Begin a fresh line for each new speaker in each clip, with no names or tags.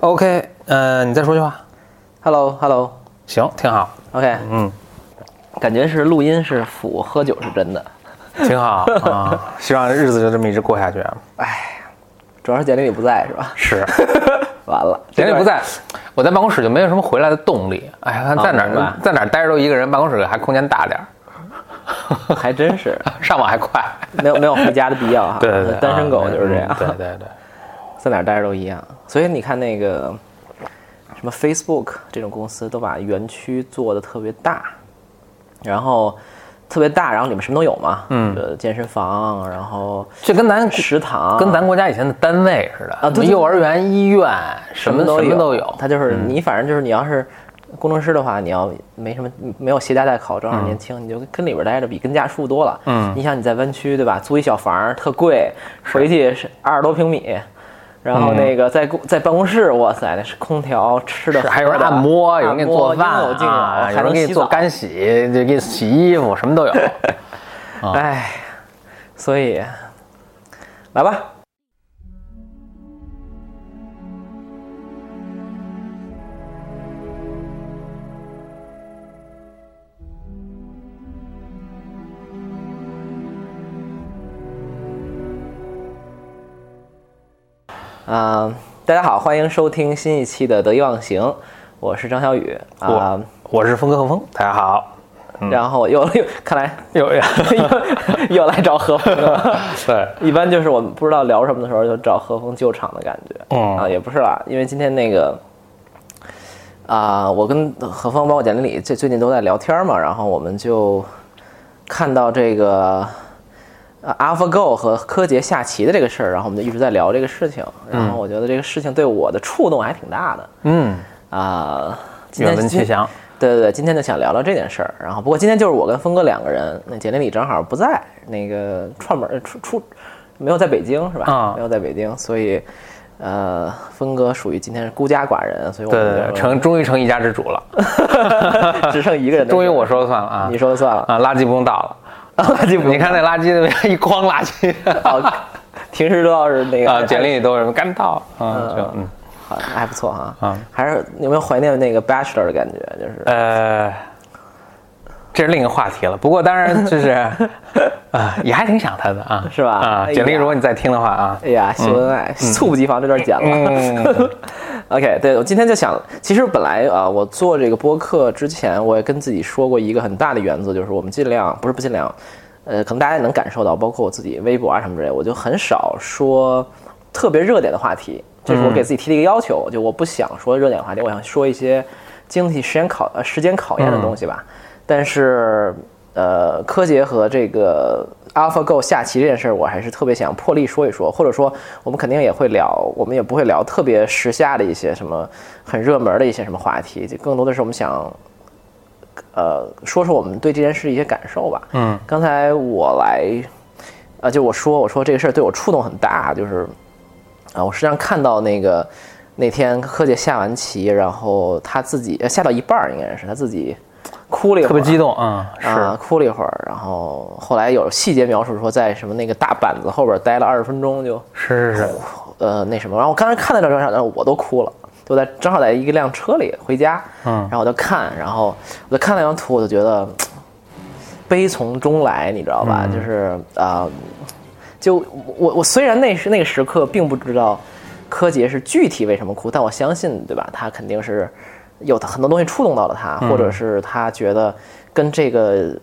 OK，呃，你再说句话。
Hello，Hello，OK，、
行，挺好，嗯，
感觉是录音是辅，喝酒是真的。
挺 好啊。希望日子就这么一直过下去。啊
主要是简历里不在是 吧？
是，
完了，
简历不
在，
在，我在办公室就没有什么回来的动力。哎呀，在哪
明白
儿在哪儿待着都一个人，办公室还空间大点儿，
还真是
上网还快。啊
没有没有回家的必要 哈。单身狗就是这样，
嗯对对对，
在哪儿待着都一样。所以你看那个什么 Facebook 这种公司都把园区做的特别大，然后特别大，然后里面什么都有嘛，嗯，健身房，然后
这跟咱
食堂，
跟咱国家以前的单位似的
啊对对对
幼儿园、医院什
什
么
么
什
有，
么都有。嗯
它就是你，反正就是你要是工程师的话，你要没什么没有携带带考证，
嗯
年轻，你就跟里边待着比跟家舒服多了。嗯，你想你在湾区对吧？租一小房儿特贵，回去是二十多平米。然后那个在公在办公室，哇塞，那是空调，吃的
嗯是还有人
喝的
按摩，有人给你做饭
按摩应有尽有，
啊，
还
有人
能
给
洗
你做
澡
干洗，就给你洗衣服，什么都有。
哎，所以来吧。啊、大家好，欢迎收听新一期的《得意忘形》，我是张小雨啊、
我我是峰哥和峰，大家好。
然后又又看来
有呀，
又又来找何鹏了。
对，
一般就是我们不知道聊什么的时候，就找何峰救场的感觉。
嗯
啊，也不是啦，因为今天那个啊、我跟何峰包括简经理最最近都在聊天嘛，然后我们就看到这个。呃 AlphaGo 和柯洁下棋的这个事儿，然后我们就一直在聊这个事情，然后我觉得这个事情对我的触动还挺大的
嗯，
啊、今
愿
天
闻其详。
对对对，今天就想聊聊这件事儿。然后，不过今天就是我跟峰哥两个人，那简历里正好不在，那个串门呃出出没有在北京是吧？
啊
没有在北京，所以呃，峰哥属于今天是孤家寡人，所以我
对对
们
对，
就
成终于成一家之主了，
只剩一个人的事儿。
终于我说了算了啊！
你说了算了，
啊，垃圾不用倒 了，垃圾你看那垃圾那边一筐垃圾
好哦平时都要是那 个
啊，简历里都有什么干倒啊，就嗯
好还不错哈。
啊
还是有没有怀念那个 Bachelor 的感觉？就是
呃，这是另一个话题了。不过当然就是 啊，也还挺想他的啊，
是吧
啊，
哎呀
简历如果你在听的话啊，
哎呀，秀恩爱，猝不及防，这段剪了。
嗯
OK，对我今天就想，其实本来啊、我做这个播客之前，我也跟自己说过一个很大的原则，就是我们尽量不是不尽量，呃，可能大家也能感受到，包括我自己微博啊什么之类，我就很少说特别热点的话题，这是我给自己提的一个要求，就我不想说热点话题，我想说一些经得起时间考呃时间考验的东西吧。但是呃，柯洁和这个 AlphaGo 下棋这件事儿，我还是特别想破例说一说，或者说我们肯定也会聊，我们也不会聊特别时下的一些什么很热门的一些什么话题，就更多的是我们想。呃，说说我们对这件事的一些感受吧。嗯，刚才我来，啊，就我说我说这个事儿对我触动很大，就是啊，我实际上看到那个那天柯洁下完棋，然后他自己呃下到一半儿应该是他自己哭了一会
特
儿，
别激动啊，是
啊，哭了一会儿，然后后来有细节描述说，在什么那个大板子后边待了二十分钟就，
是是是，
呃那什么，然后我刚才看到这张照片，我都哭了，就在正好在一辆车里回家，
嗯
然后我就看，然后我就看那张图，我就觉得悲从中来，你知道吧？就是啊、呃就我我虽然那时那个时刻并不知道柯洁是具体为什么哭，但我相信，对吧？他肯定是有很多东西触动到了他，或者是他觉得跟这个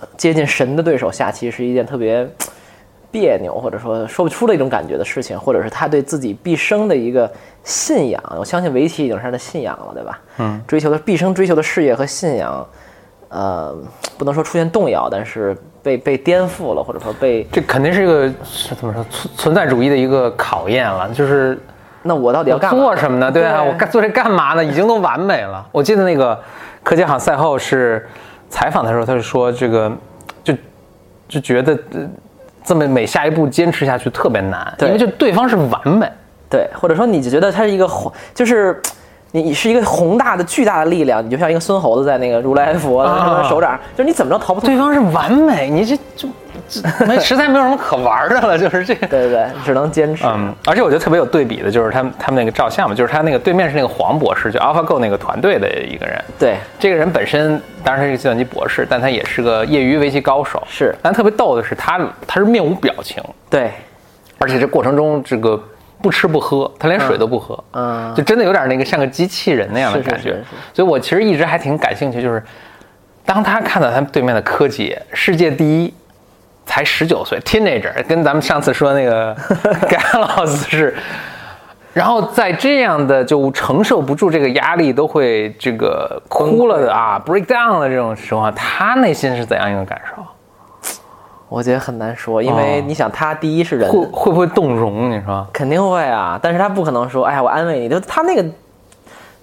呃接近神的对手下棋是一件特别。别扭，或者说说不出的一种感觉的事情，或者是他对自己毕生的一个信仰。我相信围棋已经是他的信仰了，对吧？嗯，追求的毕生追求的事业和信仰，呃，不能说出现动摇，但是被被颠覆了，或者说被
这肯定是一个是怎么说存存在主义的一个考验了，就是
那我到底要
我
干嘛
做什么呢？对啊，
对
我干做这干嘛呢？已经都完美了。我记得那个柯洁好像赛后是采访的时候，他就说这个就就觉得呃这么每下一步坚持下去特别难，
对
因为就对方是完美。
对，或者说你就觉得他是一个，就是你是一个宏大的、巨大的力量，你就像一个孙猴子在那个如来佛的什
啊
么手掌，就是你怎么着逃不脱。
对方是完美，你这这这没实在没有什么可玩的了， 就是这个。
对对对，只能坚持。
嗯，而且我觉得特别有对比的就是他们他们那个照相嘛，就是他那个对面是那个黄博士，就 AlphaGo 那个团队的一个人。
对，
这个人本身当然是一个计算机博士，但他也是个业余围棋高手。
是
但特别逗的是他他是面无表情，
对，
而且这过程中这个不吃不喝，他连水都不喝，
嗯
就真的有点那个像个机器人那样的
是是
感觉。
是是
所以我其实一直还挺感兴趣，就是当他看到他对面的柯洁，世界第一。才十九岁，teenager，跟咱们上次说那 个盖亚老师是，然后在这样的就承受不住这个压力，都会这个哭了的啊，break down 的这种情况，他内心是怎样一个感受？
我觉得很难说，因为
哦
你想，他第一是人，
会会不会动容？你说？
肯定会啊，但是他不可能说，哎呀，我安慰你，就他那个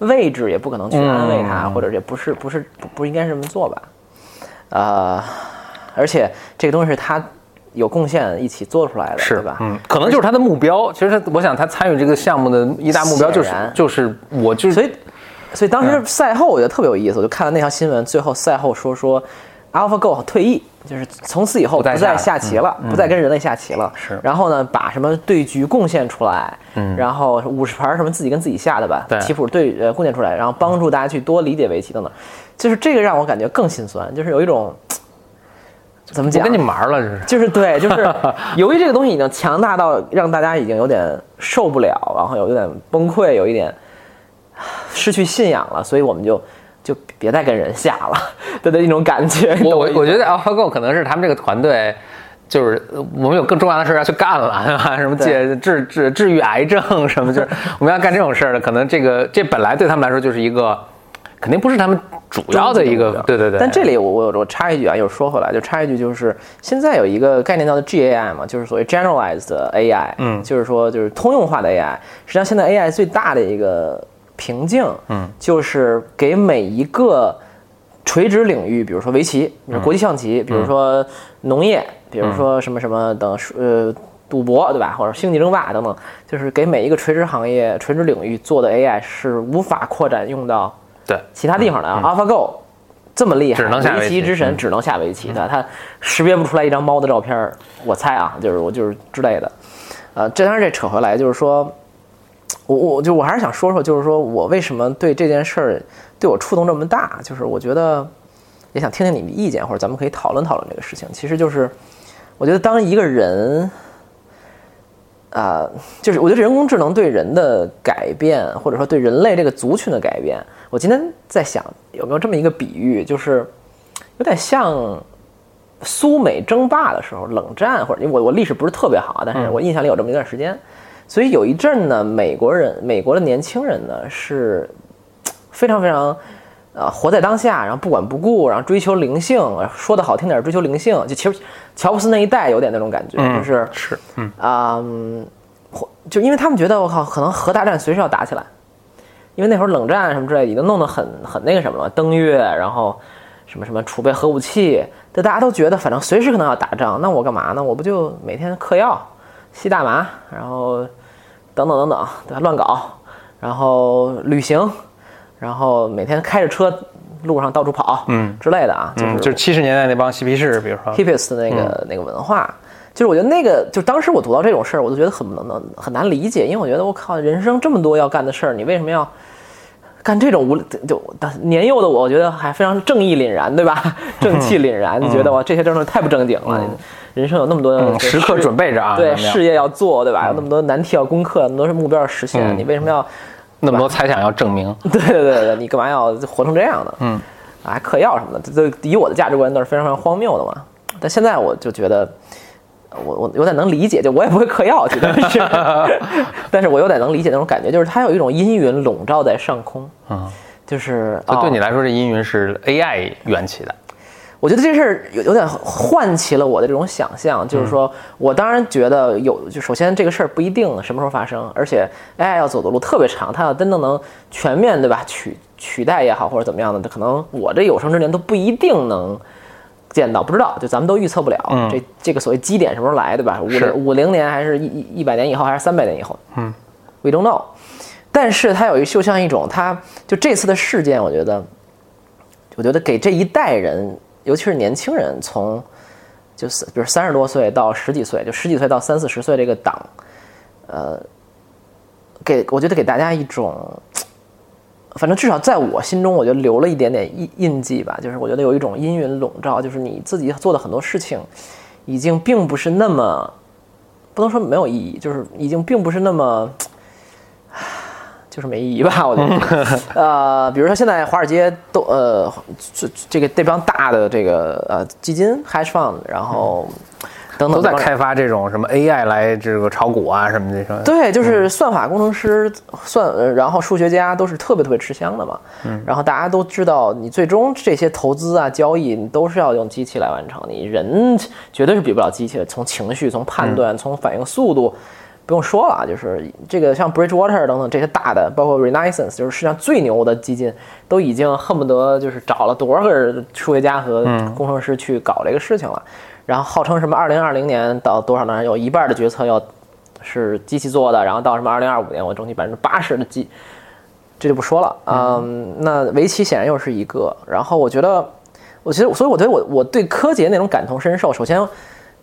位置也不可能去安慰他，
嗯
或者也不是不是不不应该这么做吧？呃，而且这个东西是他有贡献一起做出来的，
是
对吧？
嗯，可能就是他的目标。其实他，我想他参与这个项目的一大目标就是
显然
就是我就是
所以，所以当
嗯
时赛后我觉得特别有意思，我就看了那条新闻，最后赛后说说，AlphaGo 退役，就是从此以后
不
不
再下嗯
再下棋了，不再跟人类下棋了。
是
然后呢，把什么对局贡献出来，嗯，然后五十盘什么自己跟自己下的吧
对，
棋谱对呃贡献出来，然后帮助大家去多理解围棋等等，就是这个让我感觉更心酸，就是有一种。怎么
不
讲？
跟你玩了， 就是
就是对，就是 由于这个东西已经强大到让大家已经有点受不了，然后有有点崩溃，有一点唉失去信仰了，所以我们就就别再跟人下了的那种感觉。你
我
懂
我
意思
我觉得 AlphaGo 可能是他们这个团队。就是呃我们有更重要的事儿要去干了，对吧？什么解治治治愈癌症什么，就是 我们要干这种事儿的。可能这个这本来对他们来说就是一个，肯定不是他们主要的一
终极目
个
标，
对对对。
但这里我我我插一句啊，又说回来，就插一句，就是现在有一个概念叫做 GAI 嘛，就是所谓 generalized AI，嗯，就是说就是通用化的 AI。实际上现在 AI 最大的一个瓶颈，嗯，就是给每一个垂直领域，比如说围棋，
嗯
比如国际象棋，比如说农业，比如说什么什么等呃。赌博对吧，或者星际争霸等等，就是给每一个垂直行业、垂直领域做的 AI 是无法扩展用到
对
其他地方的啊、AlphaGo 这么厉
嗯
害，
只能下围
围
棋嗯
棋之神只能下围棋的，他识别不出来一张猫的照片儿，我猜啊，就是我就是之类的。呃，这当然这扯回来就是说，我我就我还是想说说，就是说我为什么对这件事儿对我触动这么大，就是我觉得也想听听你的意见，或者咱们可以讨论讨论这个事情。其实就是，我觉得当一个人啊、就是我觉得人工智能对人的改变，或者说对人类这个族群的改变，我今天在想有没有这么一个比喻，就是有点像苏美争霸的时候，冷战或者因为我我历史不是特别好啊，但是我印象里有这么一段时间，所以有一阵呢，美国人 美国的年轻人呢是非常非常。呃，活在当下，然后不管不顾，然后追求灵性，说的好听点儿，追求灵性，就其实乔布斯那一代有点那种感觉，
嗯
就是
是
啊、嗯，或就因为他们觉得我靠，可能核大战随时要打起来，因为那会儿冷战什么之类的已经弄得很很那个什么了，登月，然后什么什么储备核武器，这大家都觉得反正随时可能要打仗，那我干嘛呢？我不就每天嗑药、吸大麻，然后等等等等，对吧？乱搞，然后旅行，然后每天开着车路上到处跑，嗯之类的啊，就是、
嗯，就是七十年代那帮嬉皮士，比如说
hippies 的那个、
嗯
那个文化，就是我觉得那个，就当时我读到这种事儿，我就觉得很不能很难理解，因为我觉得我靠，人生这么多要干的事儿，你为什么要干这种无理就当年幼的我，我觉得还非常正义凛然，对吧？ 正气凛然，就觉得哇，这些真是太不正经了，人生有那么多、
嗯时刻准备着啊
对
咱们要
事业要做，对
嗯
吧？有那么多难题要攻克，那么多目标要实现，你为什么要？
那么多猜想要证明，
对对对对，你干嘛要活成这样呢？嗯，还嗑药什么的，这这以我的价值观那是非常非常荒谬的嘛。但现在我就觉得，我我有点能理解，就我也不会嗑药去，但 是但是我有点能理解那种感觉，就是它有一种阴云笼罩在上空，嗯，就是
就对
哦
你来说，这阴云是 AI 缘起的。
我觉得这事儿有有点唤起了我的这种想象，就是说我当然觉得有，就首先这个事儿不一定什么时候发生，而且 AI 要走的路特别长，它要真的能全面对吧取取代也好或者怎么样的，可能我这有生之年都不一定能见到，不知道，就咱们都预测不了、这这个所谓基点什么时候来，对吧？五
是
零五零年还是一一一百年以后，还是三百年以后？嗯，we don't know。但是它有一个就像一种，它就这次的事件，我觉得，我觉得给这一代人，尤其是年轻人，从就是比如三十多岁到十几岁，就十几岁到三四十岁这个档，呃，给我觉得给大家一种，反正至少在我心中，我觉得留了一点点印印记吧。就是我觉得有一种阴云笼罩，就是你自己做的很多事情，已经并不是那么，不能说没有意义，就是已经并不是那么。就是没意义吧，我觉 得。呃，比如说现在华尔街都呃，这这个这帮大的这个呃基金 hedge fund，然后等等
都在
这帮人
开发这种什么 AI 来这个炒股啊什么的，什么
对，就是算法工程师、算，呃然后数学家都是特别特别吃香的嘛。嗯，然后大家都知道，你最终这些投资啊、交易，你都是要用机器来完成，你人绝对是比不了机器的。从情绪、从判断、从反应速度，不用说了，啊就是这个像 Bridgewater 等等这些大的，包括 Renaissance，就是世界上最牛的基金，都已经恨不得就是找了多少个数学家和工程师去搞这个事情了。然后号称什么二零二零年到多少呢？有一半的决策要是机器做的，然后到什么二零二五年，我争取百分之八十的机，这就不说了。嗯，那围棋显然又是一个。然后我觉得，我其实所以我觉得我我对柯洁那种感同身受。首先，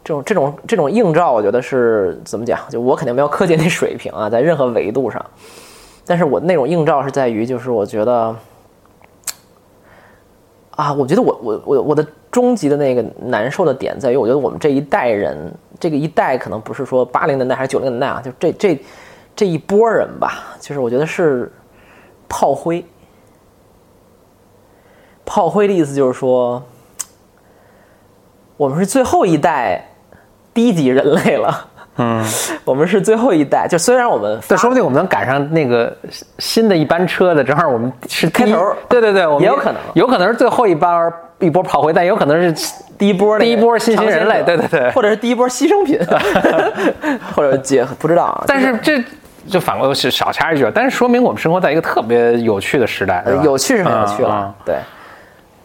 这种这种这种映照，我觉得是怎么讲？就我肯定没有柯洁那水平啊，在任何维度上。但是我那种映照是在于，就是我觉得，啊，我觉得我我我我的终极的那个难受的点在于，我觉得我们这一代人，这个一代可能不是说八零年代还是九零年代啊，就这这这一波人吧，就是我觉得是炮灰。炮灰的意思就是说，我们是最后一代低级人类了。
嗯，
我们是最后一代，就虽然我们
但说不定我们能赶上那个新新的一班车的，正好我们是第一
开头
对对对，我们
也有可能
有可能是最后一班一波炮灰，但有可能是
第一波那个
第一波新型
尝鲜
人类
者
对对对
或者是第一波牺 牲品，或者解不知道啊。
但是这就反过来是少插一句啊，但是说明我们生活在一个特别有趣的时代，
呃
是吧
有趣是很有趣了，。
嗯嗯
对。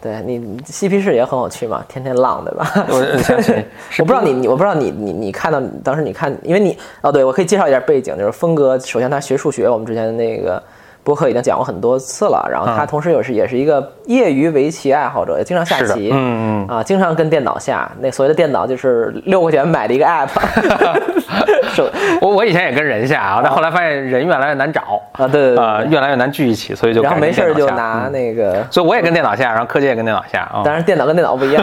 对你嬉皮士也很有趣嘛，天天浪对吧？
我呃我相信是
我不知道你，你我不知道你，你你看到当时你看，因为你哦，对我可以介绍一下背景，就是峰哥，首先他学数学，我们之前那个播客已经讲过很多次了，然后
啊
他同时也是也是一个业余围棋爱好者，也经常下
是的
棋，
嗯
嗯啊，经常跟电脑下，那所谓的电脑就是六块钱买的一 个 app，手
嗯我我以前也跟人下啊，但
哦
后来发现人越来越难找，
啊对对对，
呃，越来越难聚一起，所以就
然后
改成
没事儿
电脑
就
下嗯
拿那个，
所以我也跟电脑下，然后柯洁也跟电脑下啊。
当然电脑跟电脑不一样，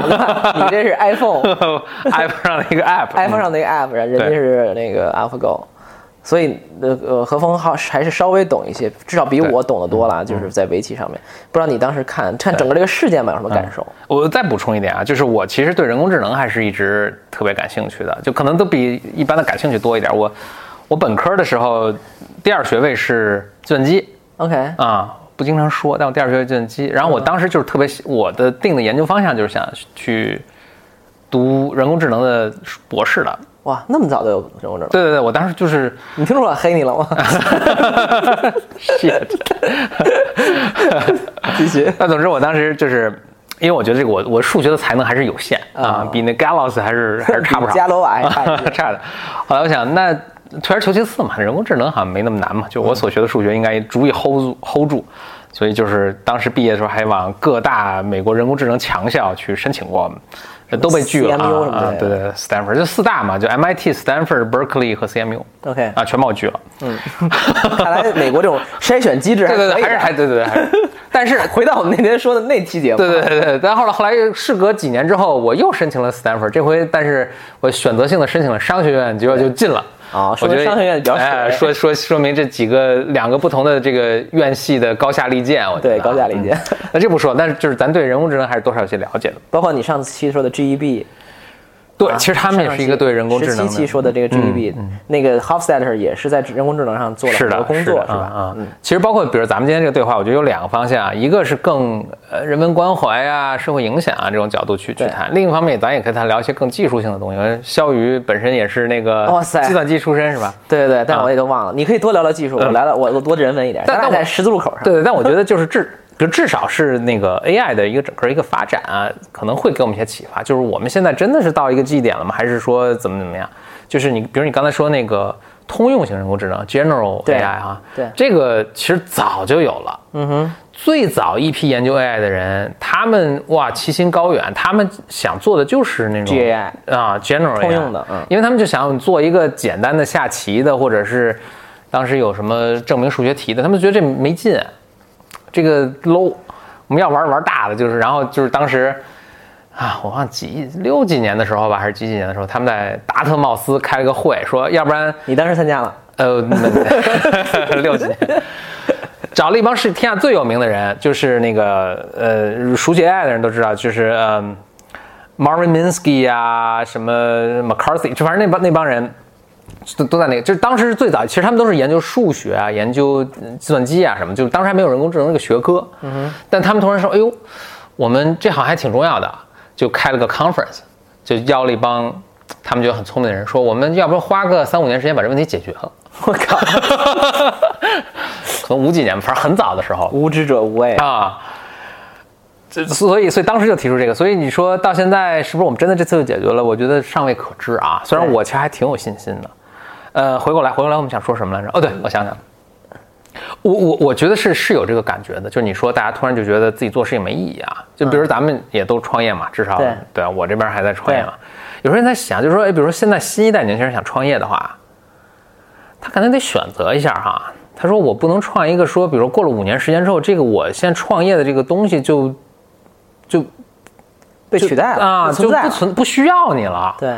你这是 iPhone。
iPhone 上的一个 app，
iPhone 上那个 app，人人家
嗯对
是那个 AlphaGo，所以呃呃何峰好还是稍微懂一些，至少比我懂得多
嗯
了，啊就是在围棋上面。不知道你当时看看整个这个事件吧，有什么感受？
我再补充一点啊，就是我其实对人工智能还是一直特别感兴趣的，就可能都比一般的感兴趣多一点。我我本科的时候，第二学位是计算机
OK，
啊、不经常说，但我第二学位计算机。然后我当时就是特别喜，我的定的研究方向就是想去读人工智能的博士的。
哇，那么早就有人工智能，
对对对，我当时 就是
你听说我黑你了吗？
shit。
继续，
那总之，我当时就是因为我觉得这个我我数学的才能还是有限啊，比那 Gallows 还是还是差不少，
比伽罗瓦还 差一点
差的。后来我想，那退而求其次嘛，人工智能好像没那么难嘛，就我所学的数学应该足以 hold 住 hold 住。所以就是当时毕业的时候，还往各大美国人工智能强校去申请过，这都被拒了
CMU
啊
什么之类的
啊！对对对，Stanford 就四大嘛，就 MIT、Stanford、Berkeley 和 CMU
OK
啊，全把我拒了。
看来美国这种筛选机制还
对对
可
对，
以
还是
啊的
还对对对，还是 但是
回到我们那天说的那期节目，
对对对对，但后来后来事隔几年之后，我又申请了 Stanford，这回但是我选择性的申请了商学院，结果就进了。
啊说
我觉得
商学院比较水
哎，说说说明这几个两个不同的这个院系的高下立见，我觉得
对高下立见
嗯那这不说，但是就是咱对人工智能还是多少有些了解的。
包括你上期说的 E GEB，
对，
啊
其实他们也是一个对人工智能
十七期
的。嗯
说的这个 GEB，、那个 Hofstadter 也是在人工智能上做了
是
很
的
多，工
是
作，
的
是吧？
啊、嗯其实包括比如咱们今天这个对话，我觉得有两个方向，啊一个是更呃人文关怀啊、社会影响啊这种角度去去
对
谈，另一方面咱也可以谈聊一些更技术性的东西。呃肖宇本身也是那个
哇塞
计算机出身是吧？
对对对，但我也都忘了。你可以多聊聊技术，我来了，我我多人文一点。
啊嗯但
咱俩
但我
在十字路口上，
对，对，但我觉得就是至，就至少是那个 AI 的一个整个一个发展啊，可能会给我们一些启发。就是我们现在真的是到一个季点了吗？还是说怎么怎么样？就是你，比如你刚才说那个通用型人工智能 （general
对
AI） 啊，
对
这个其实早就有了。嗯哼，最早一批研究 AI 的人，他们哇其心高远，他们想做的就是那种
GAI
啊 general
通
AI
用的嗯
因为他们就想做一个简单的下棋的，或者是当时有什么证明数学题的，他们觉得这没劲，这个 low。我们要玩玩大的，就是然后就是当时啊，我忘几六几年的时候吧，还是几几年的时候，他们在达特茂斯开了个会，说要不然
你当时参加了，
呃， 那六几年找了一帮是天下最有名的人，就是那个呃，熟悉 AI 的人都知道，就是嗯、Marvin Minsky 呀、什么 McCarthy，就反正那帮那帮人。都都在那个，就是当时是最早，其实他们都是研究数学啊，研究嗯计算机啊什么，就是当时还没有人工智能这个学科。嗯但他们突然说：“哎呦，我们这行还挺重要的。”就开了个 conference，就邀了一帮他们觉得很聪明的人，说：“我们要不然花个三五年时间把这问题解决了。”
我靠，
可能五几年吧，反正很早的时候
无知者无畏。
啊。这所以，所以当时就提出这个，所以你说到现在是不是我们真的这次就解决了？我觉得尚未可知啊。虽然
对
我其实还挺有信心的。呃，回过来，回过来，我们想说什么来着？哦，对，我想想，我我我觉得是是有这个感觉的，就是你说大家突然就觉得自己做事情没意义啊，就比如咱们也都创业嘛，至少
嗯对
对我这边还在创业嘛。有时候人在想，就是说，哎，比如说现在新一代年轻人想创业的话，他可能得选择一下哈。他说我不能创一个说，比如过了五年时间之后，这个我现在创业的这个东西就就
被取代了
啊，
不
就
存在
不
了
存不需要你了。
对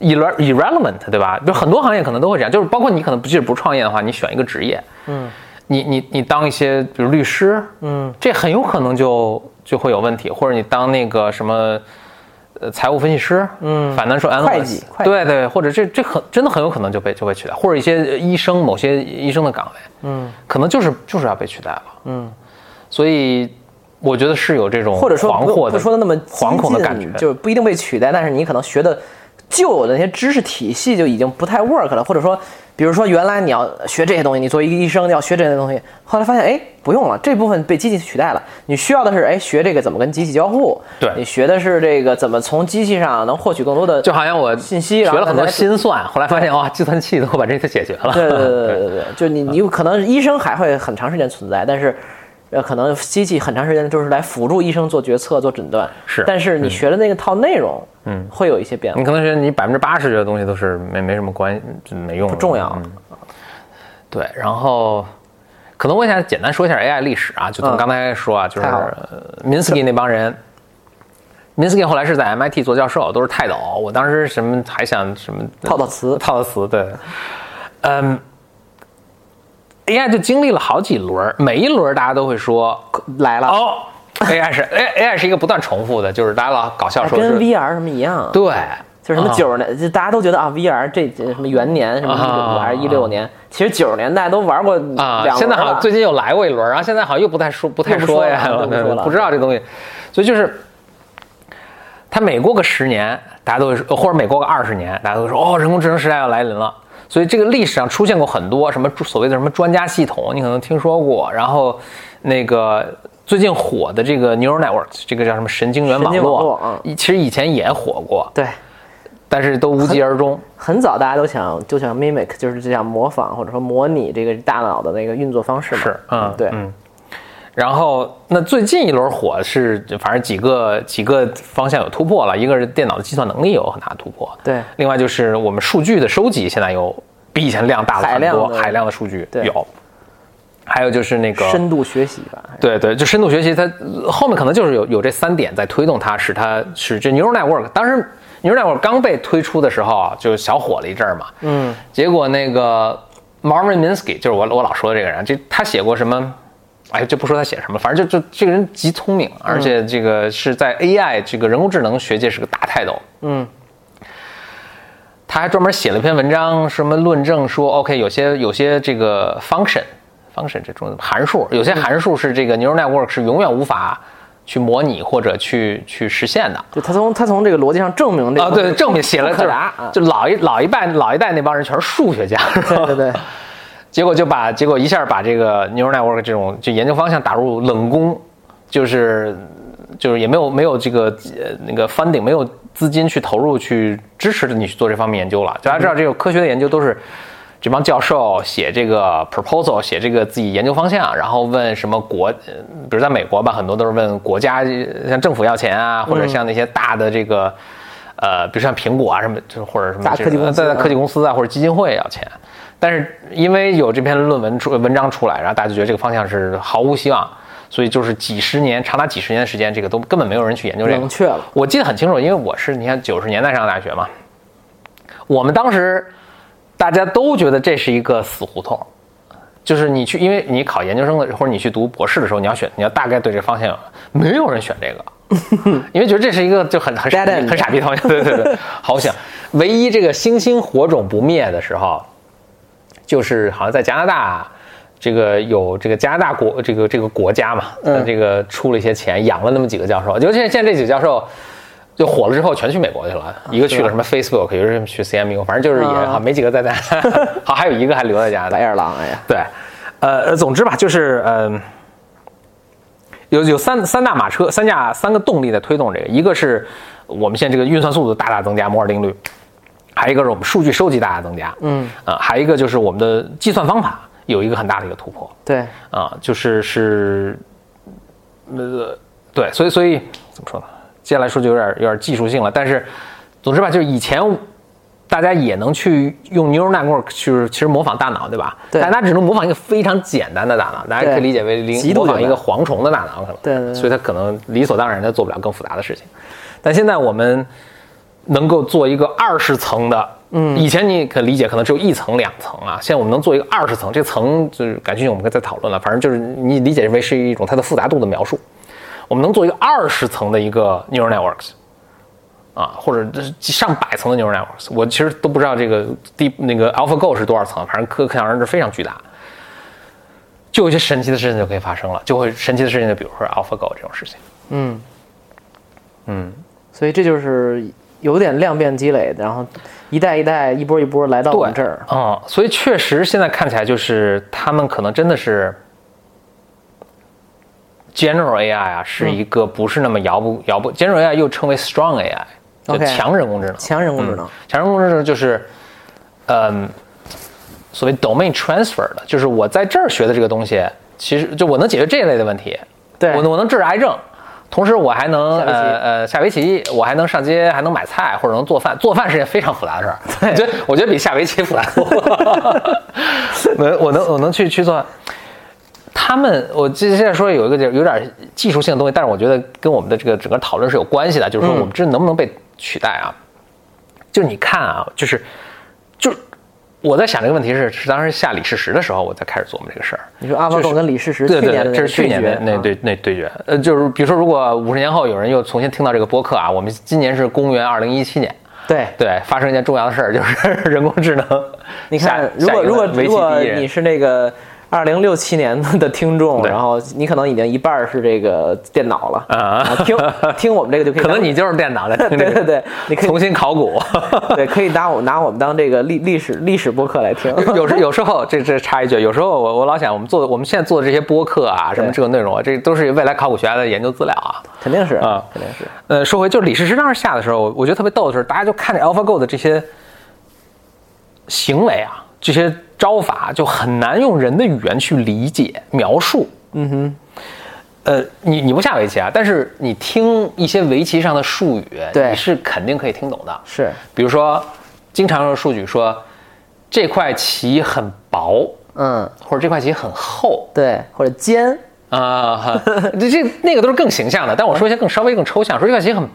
irre- irrelevant，对吧？
嗯
比如很多行业可能都会这样，就是包括你可能不即使不创业的话，你选一个职业，嗯，你你你当一些比如律师，嗯，这很有可能就就会有问题，或者你当那个什么。呃，财务分析师，嗯，反正说
会计会计嗯
对对，或者这这很真的很有可能就被就被取代，或者一些呃医生某些医生的岗位，嗯，可能就是就是要被取代了，嗯，所以我觉得是有这种
或者说
惶
不
惑的
不说的那么
惶恐的感
激
觉
进，就是不一定被取代，但是你可能学的旧有的那些知识体系就已经不太 work 了，或者说，比如说原来你要学这些东西，你作为一个医生要学这些东西，后来发现哎不用了，这部分被机器取代了，你需要的是哎学这个怎么跟机器交互，
对
你学的是这个怎么从机器上能获取更多的
就好像我
信息
学
然后
了很多
再来
心算，后来发现哇，计算器都把这些解决了。
对对对对对对，就你你有可能医生还会很长时间存在，但是。呃，可能机器很长时间就是来辅助医生做决策、做诊断，
是
但是你学的那个套内容，嗯，会有一些变 化
你。可能觉得你百分之八十觉得东西都是没没什么关系，没用，不嗯
重要
对，然后可能我想简单说一下 AI 历史啊，就从
嗯
刚才说啊，就是
太好了
呃 Minsky 那帮人。Minsky 后来是在 MIT 做教授，都是泰斗。我当时什么还想什么
套套词
套套词，对，嗯，AI 就经历了好几轮儿，每一轮儿大家都会说
来了，
哦，AI 是 AI 是一个不断重复的，就是大家老搞笑
哎
说
跟
是，
VR 什么一样，
对，
就是什么
啊
九十年，就大家都觉得啊，VR 这这什么元年，什么一
啊
五还是一六年，其实九十年代都玩过
啊，
两轮
现在好
了
像最近又来过一轮，然后现在好像又不太说不太
又不
说
说
呀，
了又不
对
说了嗯
不知道这东西，所以就是。它每过个十年，大家都会说，或者每过个二十年，大家都会说哦，人工智能时代要来临了。所以这个历史上出现过很多什么所谓的什么专家系统，你可能听说过。然后那个最近火的这个 neural network，这个叫什么神经元
神
网
经
络，
网络嗯
其实以前也火过，
对，
但是都无疾而终。
很早大家都想就想 mimic，就是就想模仿或者说模拟这个大脑的那个运作方式嘛，
是，嗯，
对，
嗯。然后，那最近一轮火是，反正几个几个方向有突破了，一个是电脑的计算能力有很大的突破，
对
另外就是我们数据的收集现在有比以前量大了很多，
海量的
海量的数据
对
有，还有就是那个
深度学习吧，
对对，就深度学习，它呃后面可能就是有有这三点在推动它，使它使这 neural network。当时 neural network 刚被推出的时候啊，就小火了一阵儿嘛。嗯。结果那个 Marvin Minsky 就是我我老说的这个人，这他写过什么？哎，就不说他写什么，反正就就这个人极聪明，而且这个是在 AI 这个人工智能学界是个大泰斗。他还专门写了一篇文章，什么论证说，OK，有些有些这个 function function 这种函数，有
嗯
些函数是这个 neural network 是永远无法去模拟或者去去实现的。
就他从他从这个逻辑上证明这个
啊，对，证明写了
不
就
可
是
达啊，
就老一老一代老一代那帮人全是数学 家，是吧
对对对，
结果就把结果一下把这个 neural network 这种就研究方向打入冷宫，就是就是也没有没有这个呃那个 funding 没有资金去投入去支持着你去做这方面研究了。大家知道这个科学的研究都是。这帮教授写这个 proposal，写这个自己研究方向，然后问什么国，呃比如在美国吧，很多都是问国家，呃像政府要钱啊，
嗯
或者像那些大的这个，呃，比如像苹果啊什么，就是或者什么
大科技公司
在
啊
科技公司啊或者基金会要钱。但是因为有这篇论文出文章出来，然后大家就觉得这个方向是毫无希望，所以就是几十年长达几十年的时间，这个都根本没有人去研究这个。
冷却了。
我记得很清楚，因为我是你看九十年代上大学嘛，我们当时大家都觉得这是一个死胡同，就是你去，因为你考研究生的或者你去读博士的时候，你要选，你要大概对这方向有，没有人选这个， 因为觉得这是一个就很很傻
Dead
逼
end
很傻逼的方向，对对对，好想，唯一这个星星火种不灭的时候，就是好像在加拿大。这个有这个加拿大国这个这个国家嘛，
嗯
这个出了一些钱养了那么几个教授，就现在现在这几个教授就火了之后全去美国去了，一个去了什么 Facebook，有人去 CMU，反正就是也
啊
好没几个 在家，好还有一个还留在家
白
的。
眼狼，哎呀，
对，呃，呃总之吧，就是嗯、有有三三大马车，三架三个动力在推动这个，一个是我们现在这个运算速度大大增加，摩尔定律，还有一个是我们数据收集大大增加，嗯，啊、还有一个就是我们的计算方法有一个很大的一个突破，
对，
啊，就是是，呃，对，所以所以怎么说呢？接下来说就有点有点技术性了，但是总之吧，就是以前大家也能去用 neural network 去其实模仿大脑，对吧？
对
但大家只能模仿一个非常简单的大脑，大家
对
可以理解为
极
零
度
模仿
简
一
单
个蝗虫的大脑可能，
对对对
所以它可能理所当然的做不了更复杂的事情。但现在我们能够做一个二十层的，嗯，以前你可理解可能只有一层两层啊，现在我们能做一个二十层，这层就是感兴趣我们可以再讨论了，反正就是你理解为是一种它的复杂度的描述，我们能做一个二十层的一个 neural networks。啊，或者这是上百层的 neural networks，我其实都不知道这个 deep 那个 AlphaGo 是多少层，反正可可想而知非常巨大。就有一些神奇的事情就可以发生了，就会神奇的事情，就比如说 AlphaGo 这种事情。
嗯，嗯，所以这就是有点量变积累，然后一代一代、一波一波来到我们这儿。
嗯，所以确实现在看起来就是他们可能真的是 general AI 啊，是一个不是那么遥不遥不 general AI 又称为 strong AI，就
嗯 OK
强人工智能。嗯
强人工智能，
强人工智能就是，嗯，所谓 domain transfer 的，就是我在这儿学的这个东西，其实就我能解决这一类的问题，
对
我能我能治癌症，同时我还能
下围棋
呃呃下围棋，我还能上街，还能买菜或者能做饭，做饭是件非常复杂的事儿，我觉得我觉得比下围棋复杂多了，能我能我能去去做饭。他们，我记得现在说有一个有点技术性的东西，但是我觉得跟我们的这个整个讨论是有关系的，就是说我们这能不能被取代啊？就是你看啊，就是就是我在想这个问题是是当时下李世石的时候，我才开始琢磨这个事儿。
你说阿巴
就
狗
是
跟李世石去
对对
年的
对，
那
这
个
是去年的
决
那
啊
对那对决，呃，就是比如说，如果五十年后有人又重新听到这个播客啊，我们今年是公元二零一七年，
对，
对，发生一件重要的事儿，就是 人工智能下。
你看，如
下
果
一个
如果
围棋
如果
第一人
你是那个二零六七年的听众，
对
然后你可能已经一半儿是这个电脑了
啊
听听我们这个就可以
可
当，
能你就是电脑在 听这
对
个，
对对，你可以
重新考古。
对可以拿我拿我们当这个历历史历史播客来听，
有 时有时候这这插一句，有时候我我老想，我们做的我们现在做的这些播客啊，什么
对
这种内容啊，这都是未来考古学家的研究资料啊。
肯定是
啊
肯定是
呃，说回就是李世石当时下的时候，我觉得特别逗的是，大家就看着 AlphaGo 的这些行为啊，这些招法啊就很难用人的语言去理解描述。嗯哼，呃，你你不下围棋啊，但是你听一些围棋上的术语，
对
你是肯定可以听懂的。
是
比如说，经常用数据说这块棋很薄，
嗯
或者这块棋很厚
对，或者尖
啊，哈 这这那个都是更形象的。但我说一些更稍微更抽象，说这块棋很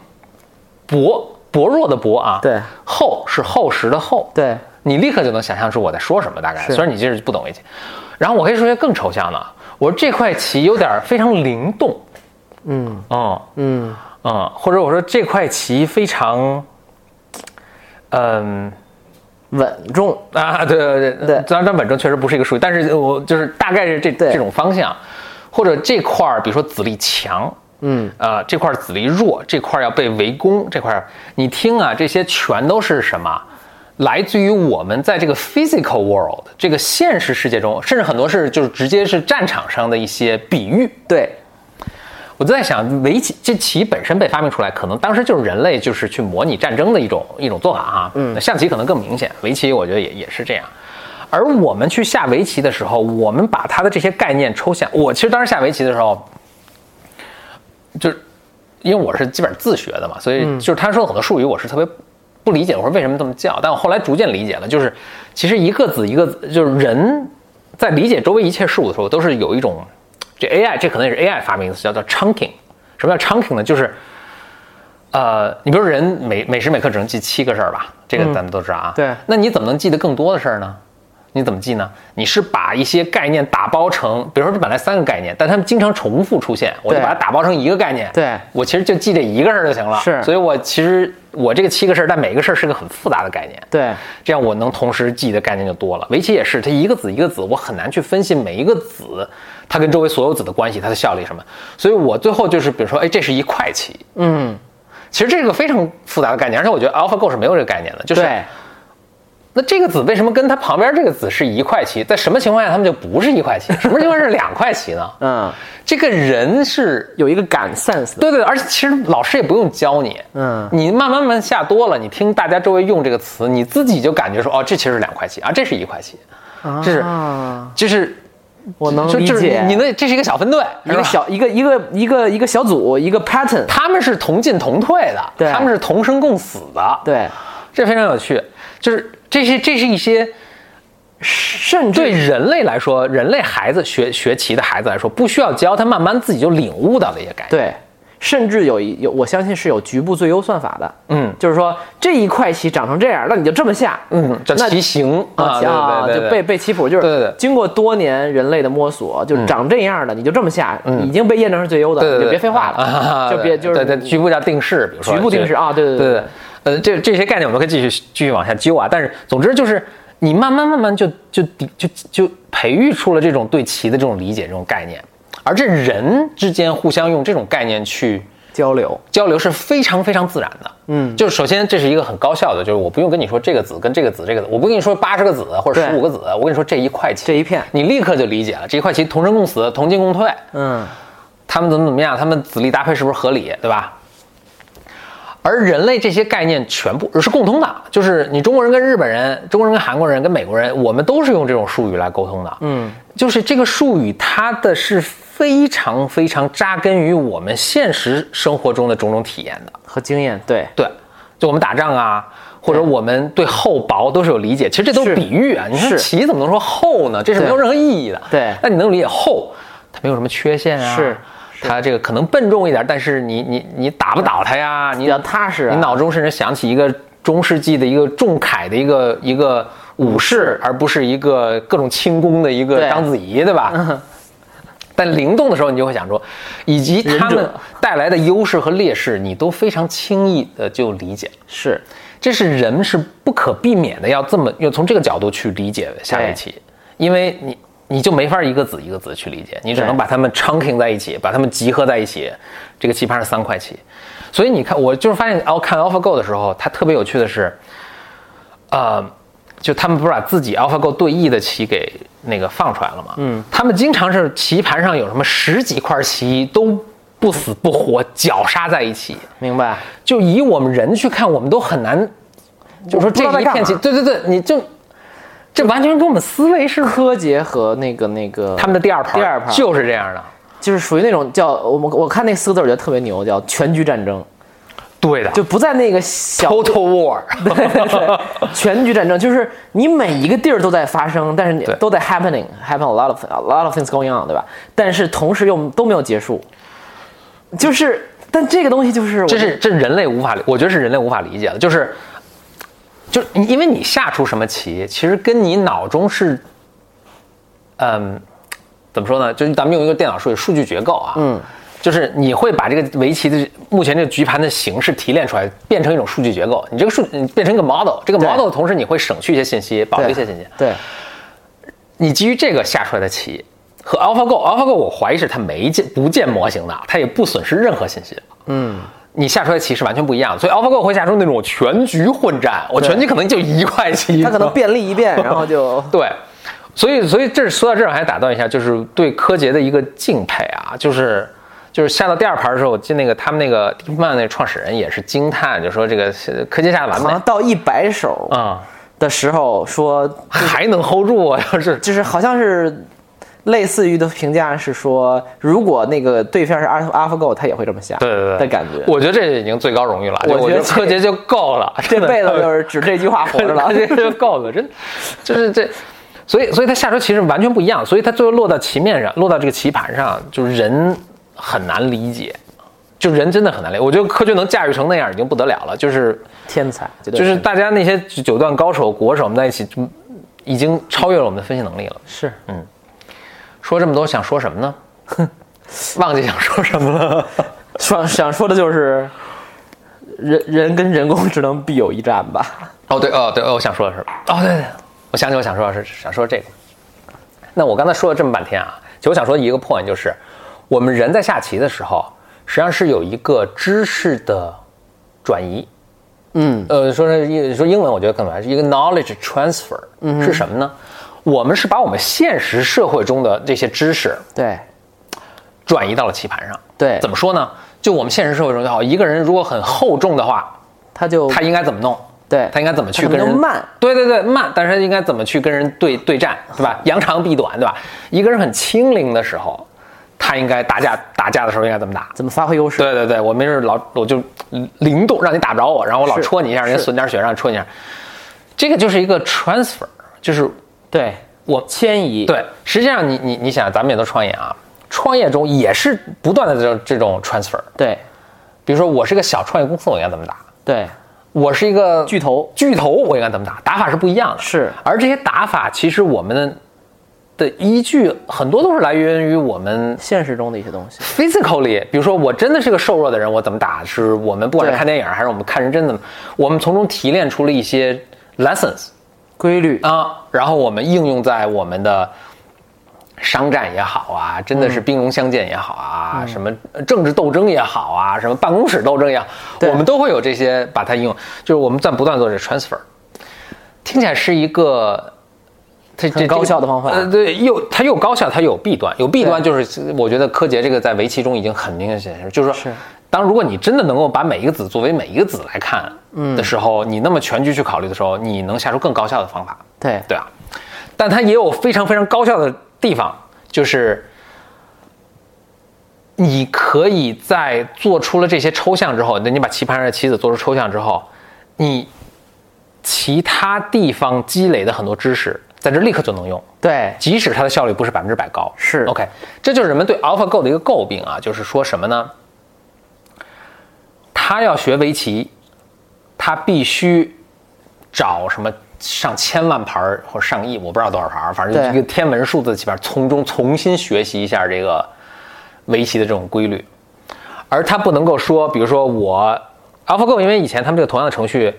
薄薄弱的薄啊，
对，
厚是厚实的厚，，
对
你立刻就能想象出我在说什么，大概。
是
虽然你这是不懂围棋，然后我可以说一些更抽象的，我说这块棋有点非常灵动，
嗯
嗯
嗯
嗯，或者我说这块棋非常，嗯。
稳重
啊，对对对，
对
当然，但稳重确实不是一个术语，但是我就是大概是这
对
这种方向，或者这块儿，比如说子力强，
嗯
呃，这块儿子力弱，这块儿要被围攻，这块儿你听啊，这些全都是什么？来自于我们在这个 physical world 这个现实世界中，甚至很多是就是直接是战场上的一些比喻。
对
我就在想，围棋这棋本身被发明出来，可能当时就是人类就是啊去模拟战争的一种一种做法哈。嗯，象棋可能更明显，围棋我觉得也也是这样。而我们去下围棋的时候，我们把他的这些概念抽象。我其实当时下围棋的时候，就是因为我是基本上自学的嘛，所以就是他说的很多术语我是特别不理解，我说为什么这么叫？但我后来逐渐理解了，就是其实一个子一个子，就是人在理解周围一切事物的时候，都是有一种这 AI，这可能也是 AI 发明的词，叫做 chunking。什么叫 chunking 呢？就是呃，你比如人每每时每刻只能记七个事儿吧，这个咱们都知道啊。
对
那你怎么能记得更多的事儿呢？你怎么记呢？你是把一些概念打包成，比如说这本来三个概念，但它们经常重复出现，我就
对
把它打包成一个概念。
对
我其实就记这一个事儿就行了。
是
所以我其实我这个七个事儿，但每个事儿是个很复杂的概念。
对，
这样我能同时记的概念就多了。围棋也是，它一个子一个子，我很难去分析每一个子它跟周围所有子的关系，它的效力什么。所以我最后就是，比如说，哎，这是一块棋，
嗯，
其实这是个非常复杂的概念，而且我觉得 AlphaGo 是没有这个概念的，就是
对，
那这个子为什么跟它旁边这个子是一块棋？在什么情况下它们就不是一块棋？什么情况下是两块棋呢？
嗯，
这个人是
有一个感 sense 的，
对对，而且其实老师也不用教你，
嗯
你慢慢慢慢下多了，你听大家周围用这个词，你自己就感觉说，哦，这其实是两块棋啊，这是一块棋，这是
啊，
就是
我能
就
理
就是
解
你你那这是一个小分队，
一
是
个
吧
小一个一个一个一个小组一个 pattern，
他们是同进同退的，
对
他们是同生共死的，，
对，
这非常有趣，就是这些这是一些
甚
对
至
人类来说，人类孩子学学棋的孩子来说，不需要教，他慢慢自己就领悟到的一些概念，
对，甚至有一有，我相信是有局部最优算法的，
嗯
就是说这一块棋长成这样，那你就这么下，
嗯，叫
那
棋形啊，
棋啊，
对对对
就
对
背背棋谱，就
对对对
是经过多年人类的摸索，就长这样的，你就这么下，已经被验证是最优的，
嗯对对
你
对，
就别废话了，
啊
就别就
对
是
对，局部叫定式，比如说
局部定式啊对
对
对
对对，
对
呃，这这些概念我们可以继续继续往下揪啊，但是总之就是你慢慢慢慢就就就就培育出了这种对棋的这种理解这种概念，而这人之间互相用这种概念去。
交流，
交流是非常非常自然的。嗯，就是首先这是一个很高效的，就是我不用跟你说这个子跟这个子这个子，我不跟你说八十个子或者
对
十五个子，我跟你说这一块棋
这一片
你立刻就理解了，这一块棋同生共死，同进共退。
嗯，
他们怎么怎么样，他们子力搭配是不是合理，对吧？而人类这些概念全部是共通的，就是你中国人跟日本人、中国人跟韩国人、跟美国人，我们都是用这种术语来沟通的。嗯，就是这个术语，它的是非常非常扎根于我们现实生活中的种种体验的。
和经验，对，
对，就我们打仗啊，或者我们对厚薄都是有理解。其实这都是
是
比喻啊，你说
是
棋怎么能说厚呢？这是
对
没有任何意义的。
对
那你能理解厚，它没有什么缺陷啊。
是
它这个可能笨重一点，但是你你你打不倒它呀，你
比较踏实啊
你脑中甚至想起一个中世纪的一个重铠的一个一个武士，而不是一个各种轻功的一个
对
章子怡，对吧？ 但灵动的时候，你就会想说，以及他
忍
们
者
带来的优势和劣势，你都非常轻易的就理解。
是
这是人是不可避免的要这么要从这个角度去理解下围棋，因为你你就没法一个子一个子去理解，你只能
对
把它们 chunking 在一起，把它们集合在一起。这个棋盘是三块棋，所以你看，我就是发现，哦，看 AlphaGo 的时候，它特别有趣的是，呃，就他们不是把自己 AlphaGo 对弈的棋给那个放出来了吗？嗯，他们经常是棋盘上有什么十几块棋都不死不活绞杀在一起，
明白，
就以我们人去看，我们都很难，就说
不知
这
道在
一
干
片棋，
嘛
对对对，你就这完全跟我们思维是
柯洁和那个那个
他们的第二盘，
第二盘
就是这样的，
就是属于那种叫我们我看那四个字，我觉得特别牛，叫全局战争，
对的，
就不在那个小
total war，
全局战争，就是你每一个地儿都在发生，但是你
对
都在 happening happen a lot of a lot of things going on，对吧？但是同时又都没有结束，就是但这个东西就是我
这是这是人类无法理，我觉得是人类无法理解的，就是就是你因为你下出什么棋，其实跟你脑中是，嗯，怎么说呢？就是咱们用一个电脑术语，数据结构啊，嗯。就是你会把这个围棋的目前这个局盘的形式提炼出来，变成一种数据结构。你这个数你变成一个 model，这个
对
model 的同时，你会省去一些信息，保留
对
一些信息。
对
你基于这个下出来的棋和 AlphaGo，AlphaGo 我怀疑是它没建不建模型的，它也不损失任何信息。嗯，你下出来的棋是完全不一样的，所以 AlphaGo 会下出那种全局混战，我全局可能就一块棋，
他可能便利一遍，然后就
对，所以所以这是说到这儿，我还打断一下，就是对柯洁的一个敬佩啊，就是就是下到第二盘的时候，我记得那个他们那个 DeepMind 那个创始人也是惊叹，就说这个呃柯洁下的完
好像
美
到一百手，
啊、
的时候说，
还能 hold 住啊？要是
就是好像是类似于的评价是说，如果那个对面是 Alpha AlphaGo，他也会这么下，
对对对
的感觉。
我觉得这已经最高荣誉了。就
我
我
觉
觉
得
得柯洁就够了，
这辈子 就是指这句话活着了。
这就够了，真就是这。所以，所以他下周棋是完全不一样，所以他最后落到棋面上，落到这个棋盘上，就是人很难理解，就人真的很难理解。我觉得柯洁能驾驭成那样已经不得了了，就是
天才，绝对
就是
天才
大家那些九段高手、国手们在一起，就已经超越了我们的分析能力了。
是
说这么多，想说什么呢？ 忘记想说什么了。
想想说的就是，人人跟人工智能必有一战吧。
哦，对，哦，对，哦，我想说的是，哦，对对，我想起我想说的是想说这个。那我刚才说了这么半天啊，其实我想说一个 point 就是，我们人在下棋的时候，实际上是有一个知识的转移。
嗯，
呃，说是英说英文，我觉得可能还是一个 knowledge transfer，是什么呢？我们是把我们现实社会中的这些知识
对
转移到了棋盘上。
对，
怎
么
么说呢？就我们现实社会中就哦好，一个人如果很厚重的话，
他就
他应该怎么弄？
对
他应该怎么去
他可
跟
能
人
就慢？
对对对，慢，但是他应该怎么去跟人对对战，对吧？扬长避短，对吧？一个人很轻灵的时候，他应该打架打架的时候应该怎么打？
怎么发挥优势？
对对对，我没事老我就灵动，让你打不着我，然后我老
是
戳你一下，人家
是
损点血让你戳你一下，这个就是一个 transfer，就是
对，
我
迁移。
对，实际上你你你想，咱们也都创业啊，创业中也是不断的这种这种 transfer，
对
比如说我是个小创业公司，我应该怎么打？
对，
我是一个
巨头
巨头我应该怎么打？打法是不一样的。
是
而这些打法其实我们的依据很多都是来源于我们
现实中的一些东西。
physically，比如说我真的是个瘦弱的人，我怎么打？是我们不管是
对
看电影还是我们看人真的，我们从中提炼出了一些 lessons
规律
啊，然后我们应用在我们的。商战也好啊，真的
嗯
是兵戎相见也好啊，什么政治斗争也好啊，什么办公室斗争也好，
对
我们都会有这些把它应用，就是我们在不断做这 transfer，听起来是一个。它这
很高
这个
效的方法
呃，对，又它又高效，它有弊端，有弊端就是我觉得柯洁这个在围棋中已经很明显显示，就是
是
说，当如果你真的能够把每一个子作为每一个子来看
嗯
的时候，你那么全局去考虑的时候，你能下出更高效的方法。
对
对啊，但它也有非常非常高效的地方，就是你可以在做出了这些抽象之后，那你把棋盘上的棋子做出抽象之后，你其他地方积累的很多知识，在这立刻就能用，
对
即使它的效率不是百分之百高。
是
OK，这就是人们对 AlphaGo 的一个诟病啊，就是说什么呢？他要学围棋，他必须找什么上千万盘儿或上亿，我不知道多少盘儿，反正就是
对
一个天文数字棋盘，从中重新学习一下这个围棋的这种规律。而他不能够说，比如说我 AlphaGo，因为以前他们这个同样的程序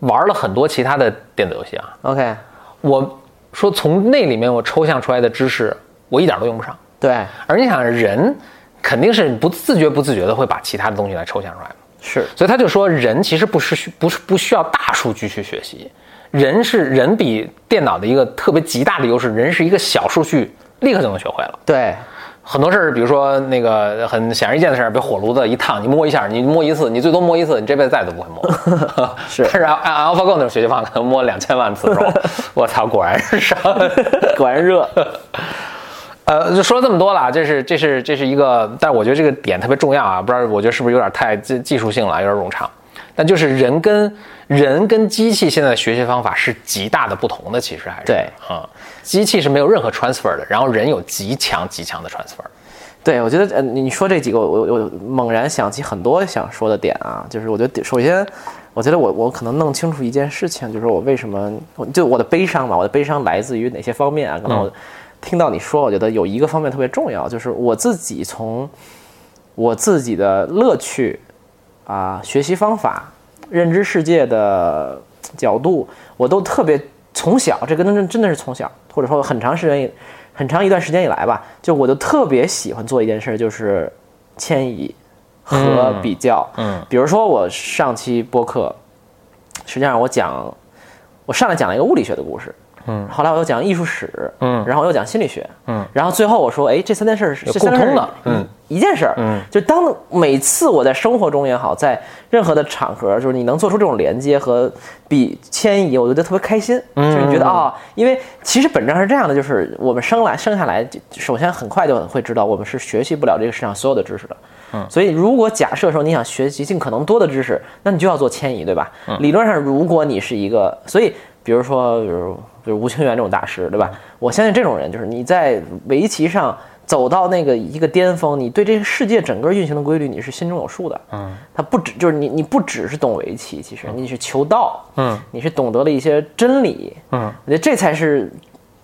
玩了很多其他的电子游戏啊，
，OK，
我说从那里面我抽象出来的知识，我一点都用不上。
对
而你想，人肯定是不自觉不自觉的会把其他的东西来抽象出来嘛
是
所以他就说，人其实不是需不是不需要大数据去学习，人是人比电脑的一个特别极大的优势，人是一个小数据立刻就能学会了。
对
很多事儿，比如说那个很显而易见的事儿，比如火炉子一烫，你摸一下，你摸一次，你最多摸一次，你这辈子再也都不会摸。
是
但是啊按按 AlphaGo 那种学习方法，可能摸两千万次的时候，我操，果然是上。
果然热。
呃，就说了这么多了，这是这是这是一个，但我觉得这个点特别重要啊，不知道我觉得是不是有点太技技术性了，有点冗长。但就是人跟人跟机器现在的学习方法是极大的不同的，其实还是
对
啊、机器是没有任何 transfer 的，然后人有极强极强的 transfer。
对，我觉得呃，你你说这几个，我我我猛然想起很多想说的点啊，就是我觉得首先，我觉得我我可能弄清楚一件事情，就是我为什么我就我的悲伤嘛，我的悲伤来自于哪些方面啊？可能我听到你说，我觉得有一个方面特别重要，就是我自己从我自己的乐趣啊、学习方法、认知世界的角度，我都特别从小，这个真真的是从小，或者说很长时间以很长一段时间以来吧，就我就特别喜欢做一件事，就是迁移和比较。
嗯
比如说我上期播客，实际上我讲，我上来讲了一个物理学的故事。嗯，后来我又讲艺术史，
嗯
然后我又讲心理学，
嗯，
然后最后我说，哎，这三件事是
有
这三
共
件事
通的
嗯
嗯，
一件事儿，
嗯，
就当每次我在生活中也好，在任何的场合，就是你能做出这种连接和比迁移，我觉得特别开心。嗯，就是你觉得啊、因为其实本质上是这样的，就是我们生来生下来，就首先很快就很会知道，我们是学习不了这个世上所有的知识的。嗯，所以如果假设说你想学习尽可能多的知识，那你就要做迁移，对吧？理论上，如果你是一个，所以比如说，比如比如吴清源这种大师，对吧？我相信这种人，就是你在围棋上走到那个一个巅峰，你对这个世界整个运行的规律你是心中有数的。嗯，他不只就是你，你不只是懂围棋，其实你是求道，
嗯，
你是懂得了一些真理，
嗯，
我觉得这才是。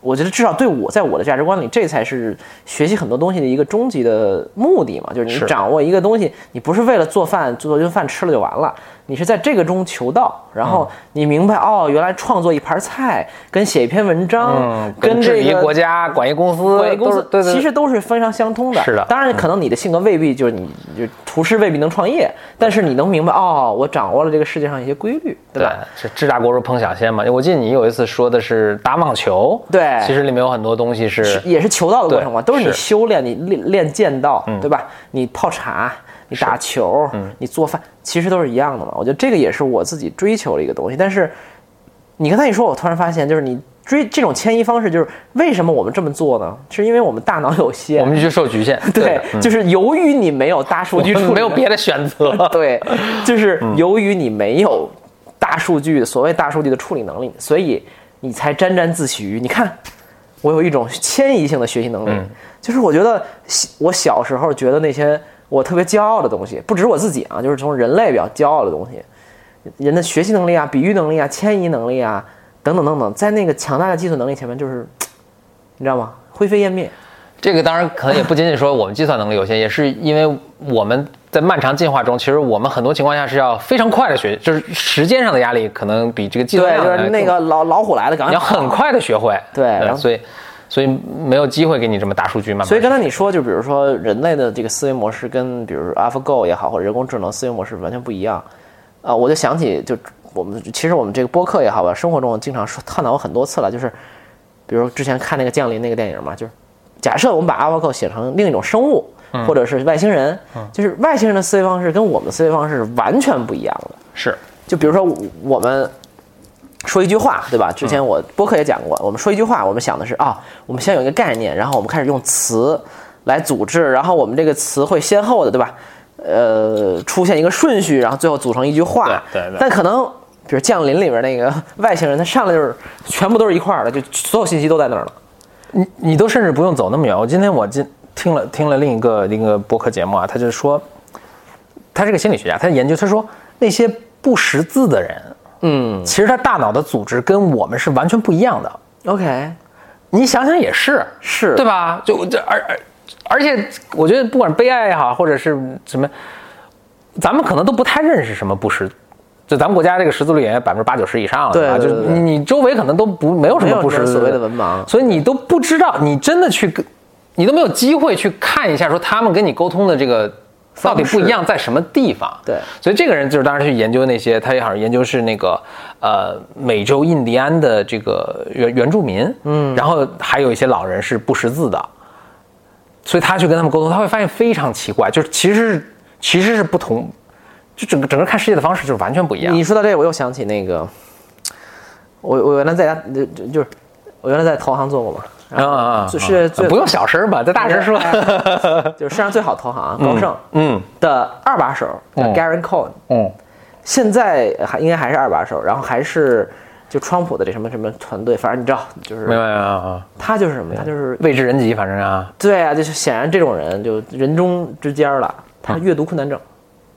我觉得至少对我，在我的价值观里，这才是学习很多东西的一个终极的目的嘛，就是你
是
掌握一个东西，你不是为了做饭做顿饭吃了就完了，你是在这个中求道，然后
嗯
你明白哦，原来创作一盘菜跟写一篇文章，
嗯，
跟
治
这
理
个
国家、管一公司、
管理公
都是
司
对对对
其实都是非常相通的。
是的
当然可能你的性格未必就是你就厨师未必能创业，
嗯
但是你能明白哦，我掌握了这个世界上一些规律，
对
对吧？，
是治大国如烹小鲜嘛。我记得你有一次说的是打网球，
对
其实里面有很多东西是
是也是求道的过程嘛，
对
都是你
是嗯
修炼，你练练剑道，对吧？你泡茶，你打球，你做饭，其实都是一样的嘛。我觉得这个也是我自己追求的一个东西。但是你刚才一说，我突然发现，就是你追这种迁移方式，就是为什么我们这么做呢？是因为我们大脑有限，
我们就受局限，
对，就是由于你没有大数据
我
处
们
理，
没有别的选 择。
对，就是由于你没有大数据所谓大数据的处理能力，所以你才沾沾自喜于你看，我有一种迁移性的学习能力，就是我觉得小我小时候觉得那些我特别骄傲的东西，不只是我自己啊，就是从人类比较骄傲的东西，人的学习能力啊、比喻能力啊、迁移能力啊等等等等，在那个强大的技术能力前面，就是你知道吗？灰飞烟灭。
这个当然可能也不仅仅说我们计算能力有限，也是因为我们在漫长进化中，其实我们很多情况下是要非常快的学，就是时间上的压力可能比这个计算
对，
量
就是
还
那个老老虎来了，赶
更，
快
你要很快的学会。
对然后
所以所以没有机会给你这么大数据慢慢学。
所以刚才你说，就比如说人类的这个思维模式跟比如说 AlphaGo 也好，或者人工智能思维模式完全不一样。啊、我就想起就我们其实我们这个播客也好吧，生活中经常说探讨过很多次了，就是比如之前看那个《降临》那个电影嘛，就是假设我们把 AlphaGo 写成另一种生物，或者是外星人，就是外星人的思维方式跟我们的思维方式是完全不一样的。
是
就比如说我我们说一句话，对吧？之
嗯
前我播客也讲过，我们说一句话，我们想的是啊，我们先有一个概念，然后我们开始用词来组织，然后我们这个词会先后的，对吧？呃，出现一个顺序，然后最后组成一句话。
对对对
但可能比如《降临》里边那个 外星人，他上来就是全部都是一块儿的，就所有信息都在那儿了。
你你都甚至不用走那么远。我今天我今听了听了另一个另一个播客节目啊，他就说，他是个心理学家，他研究他说那些不识字的人，
嗯
其实他大脑的组织跟我们是完全不一样的。
，OK，
你想想也是，
是
对吧？就这而而而且我觉得不管悲哀也好，或者是什么，咱们可能都不太认识什么不识。就咱们国家这个识字率也百分之八九十以上了，
对
吧？
对
就
对
是你你周围可能都不没有什
没有
么不
什么
识字
所谓的文盲
所以你都不知道，你真的去跟，你都没有机会去看一下，说他们跟你沟通的这个到底不一样在什么地方。
对
所以这个人就是当时去研究那些，他也好像研究是那个呃美洲印第安的这个原原住民，嗯，然后还有一些老人是不识字的，所以他去跟他们沟通，他会发现非常奇怪，就是其实是其实是不同，就整个整个看世界的方式就是完全不一样
你。说到这个，我又想起那个，我我原来在家就就就是我原来在投行做过嘛，然后
啊
最是最
不用小声吧，在大声说。
就是世界上最好投行啊高盛
嗯
的二把手叫
嗯
Garen Cohen，
嗯
现在还应该还是二把手，然后还是就川普的这什么什么团队，反正你知道，就
明
是
白啊啊，
他就是什么，他就是
未知人及，反正啊，
对啊，就是显然这种人就人中之尖儿了，他是阅读困难症。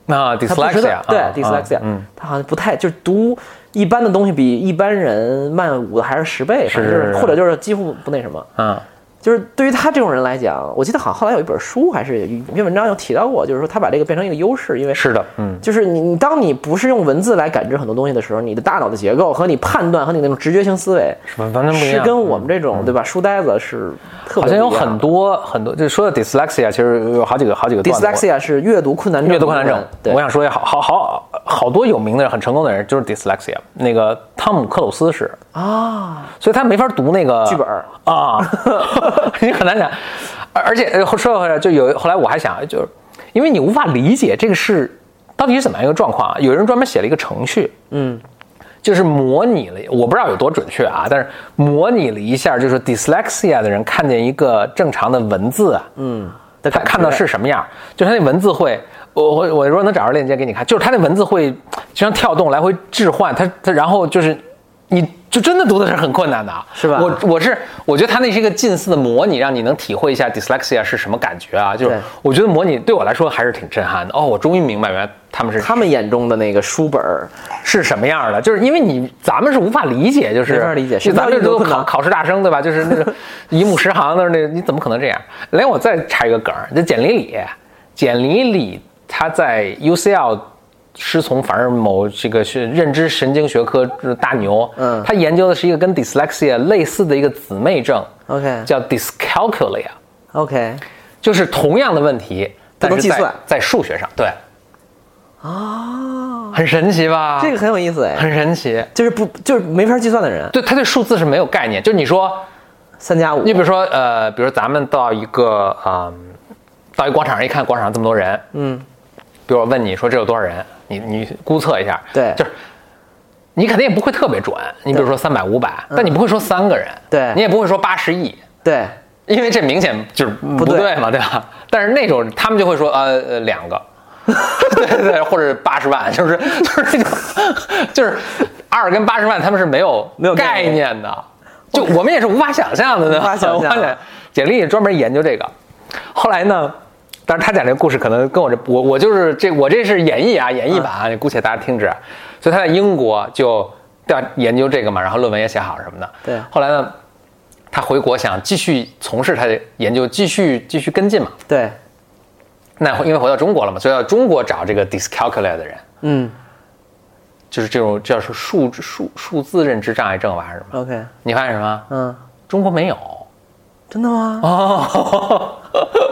那
他不识字
嗯 dyslexia，
对
啊
dyslexia，
啊嗯，
他好像不太就是读一般的东西比一般人慢五还是十倍，反正就是
是是
或者就是几乎不那什么。
嗯，
就是对于他这种人来讲，我记得好像后来有一本书还是一篇文章有提到过，就是说他把这个变成一个优势，因为
是的，嗯，
就是你你当你不是用文字来感知很多东西的时候，你的大脑的结构和你判断和你那种直觉性思维
完全嗯不一
是
样。嗯
跟我们这种对吧书呆子是特别
好像有
不一样
很多很多，就说到 dyslexia，其实有好几个好几个段落
dyslexia 是阅读困难症，
阅读困难症。
对
我，想说一下，好好好好多有名的人、很成功的人就是 dyslexia。那个汤姆克鲁斯是啊，所以他没法读那个
剧本
啊，你很难想。而而且呃说回来，就有后来我还想，就是因为你无法理解这个是到底是怎么样一个状况啊。有人专门写了一个程序，嗯，就是模拟了，我不知道有多准确啊，但是模拟了一下，就是 dyslexia 的人看见一个正常的文字啊，嗯，
的
他
感觉
看到是什么样，就是他那文字会。我我我如果能找着链接给你看，就是他那文字会就像跳动来回置换，他他然后就是，你就真的读的是很困难的啊，
是吧
我我是我觉得它那是一个近似的模拟，让你能体会一下 dyslexia 是什么感觉啊。就是
对
我觉得模拟对我来说还是挺震撼的。哦，我终于明白原来他们是
他们眼中的那个书本儿，
是什么样的，就是因为你咱们是无法理解，就是
没法理解
就咱
什么
们
样
都
的都可
考
能
考试大生对吧？就是那 个一目十行的那，你怎么可能这样？来，我再插一个梗儿，就简里里，简里里他在 UCL 师从，反正某这个学认知神经学科大牛，
嗯
他研究的是一个跟 dyslexia 类似的一个姊妹症
OK
叫 dyscalculia，
OK，
就是同样的问题，
不
但
能
是
计
在
算哦
在数学上，对，啊，很神奇吧？
这个很有意思哎，
很神奇。
就是不就是没法计算的人，
对他对数字是没有概念。就你说，
三加五
你比如说，呃，比如咱们到一个，嗯、到一广场上一看，广场上这么多人，
嗯，
比如我问你说这有多少人，你你估测一下，
对
就是你肯定也不会特别准。你比如说三百、五百，但你不会说三个人，
嗯对
你也不会说八十亿。
对
因为这明显就是不
嗯对
对嘛，对吧？但是那种他们就会说，呃，呃两个， 对对对，或者八十万，就是 就是那种，就是二跟八十万，他们是没有
没有概
概
念
念的，就我们也是无法想象的呢，
无法想象
无 法简历也专门研究这个，后来呢，但是他讲这个故事可能跟我这我我就是这我这是演绎啊，演绎版啊，你姑且大家听着。所以他在英国就调研究这个嘛，然后论文也写好什么的。
对
后来呢，他回国想继续从事他的研究，继续继续跟进嘛。
对，
那因为回到中国了嘛，所以到中国找这个 dyscalculia 的人，
嗯
就是这种叫是数数数字认知障碍症吧，还是什么？
OK，
你发现什么？
嗯，
中国没有
真的吗？
哦，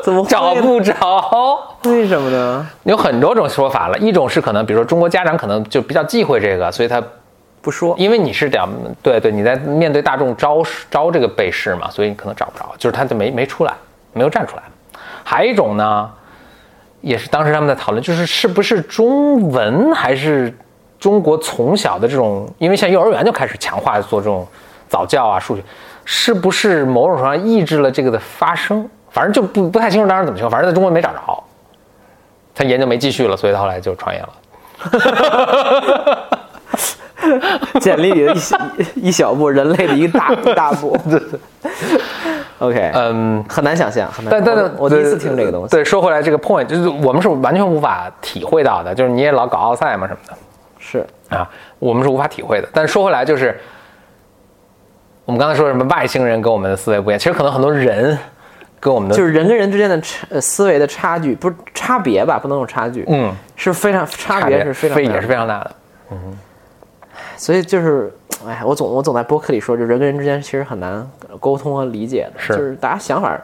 怎么会 呢
找不着？
为什么呢？
有很多种说法了，一种是可能，比如说中国家长可能就比较忌讳这个，所以他
不说
因为你是得对对，你在面对大众招招这个被试嘛，所以你可能找不着，就是他就没没出来，没有站出来。还有一种呢，也是当时他们在讨论，就是是不是中文还是中国从小的这种，因为像幼儿园就开始强化做这种早教啊、数学，是不是某种程度上抑制了这个的发生？反正就不不太清楚当时怎么情况，反正在中国没找着。他研究没继续了，所以他后来就创业了。
简历里的一小一小步，人类的一大一大 步。OK，
嗯，
很难想象，很难。
但但是
我我第一次听这个东西，
对，说回来，这个 point 就是我们是完全无法体会到的，就是你也老搞奥赛嘛什么的
是
啊，我们是无法体会的。但是说回来，就是我们刚才说什么外星人跟我们的思维不一样，其实可能很多人跟我们的
就是人跟人之间的差呃思维的差距，不是差别吧？不能用差距，
嗯，
是非常差别是非常
也
大
是
的
非常大的。
所以就是，哎，我总我总在播客里说，就人跟人之间其实很难沟通和理解的，
是
就是大家想法儿，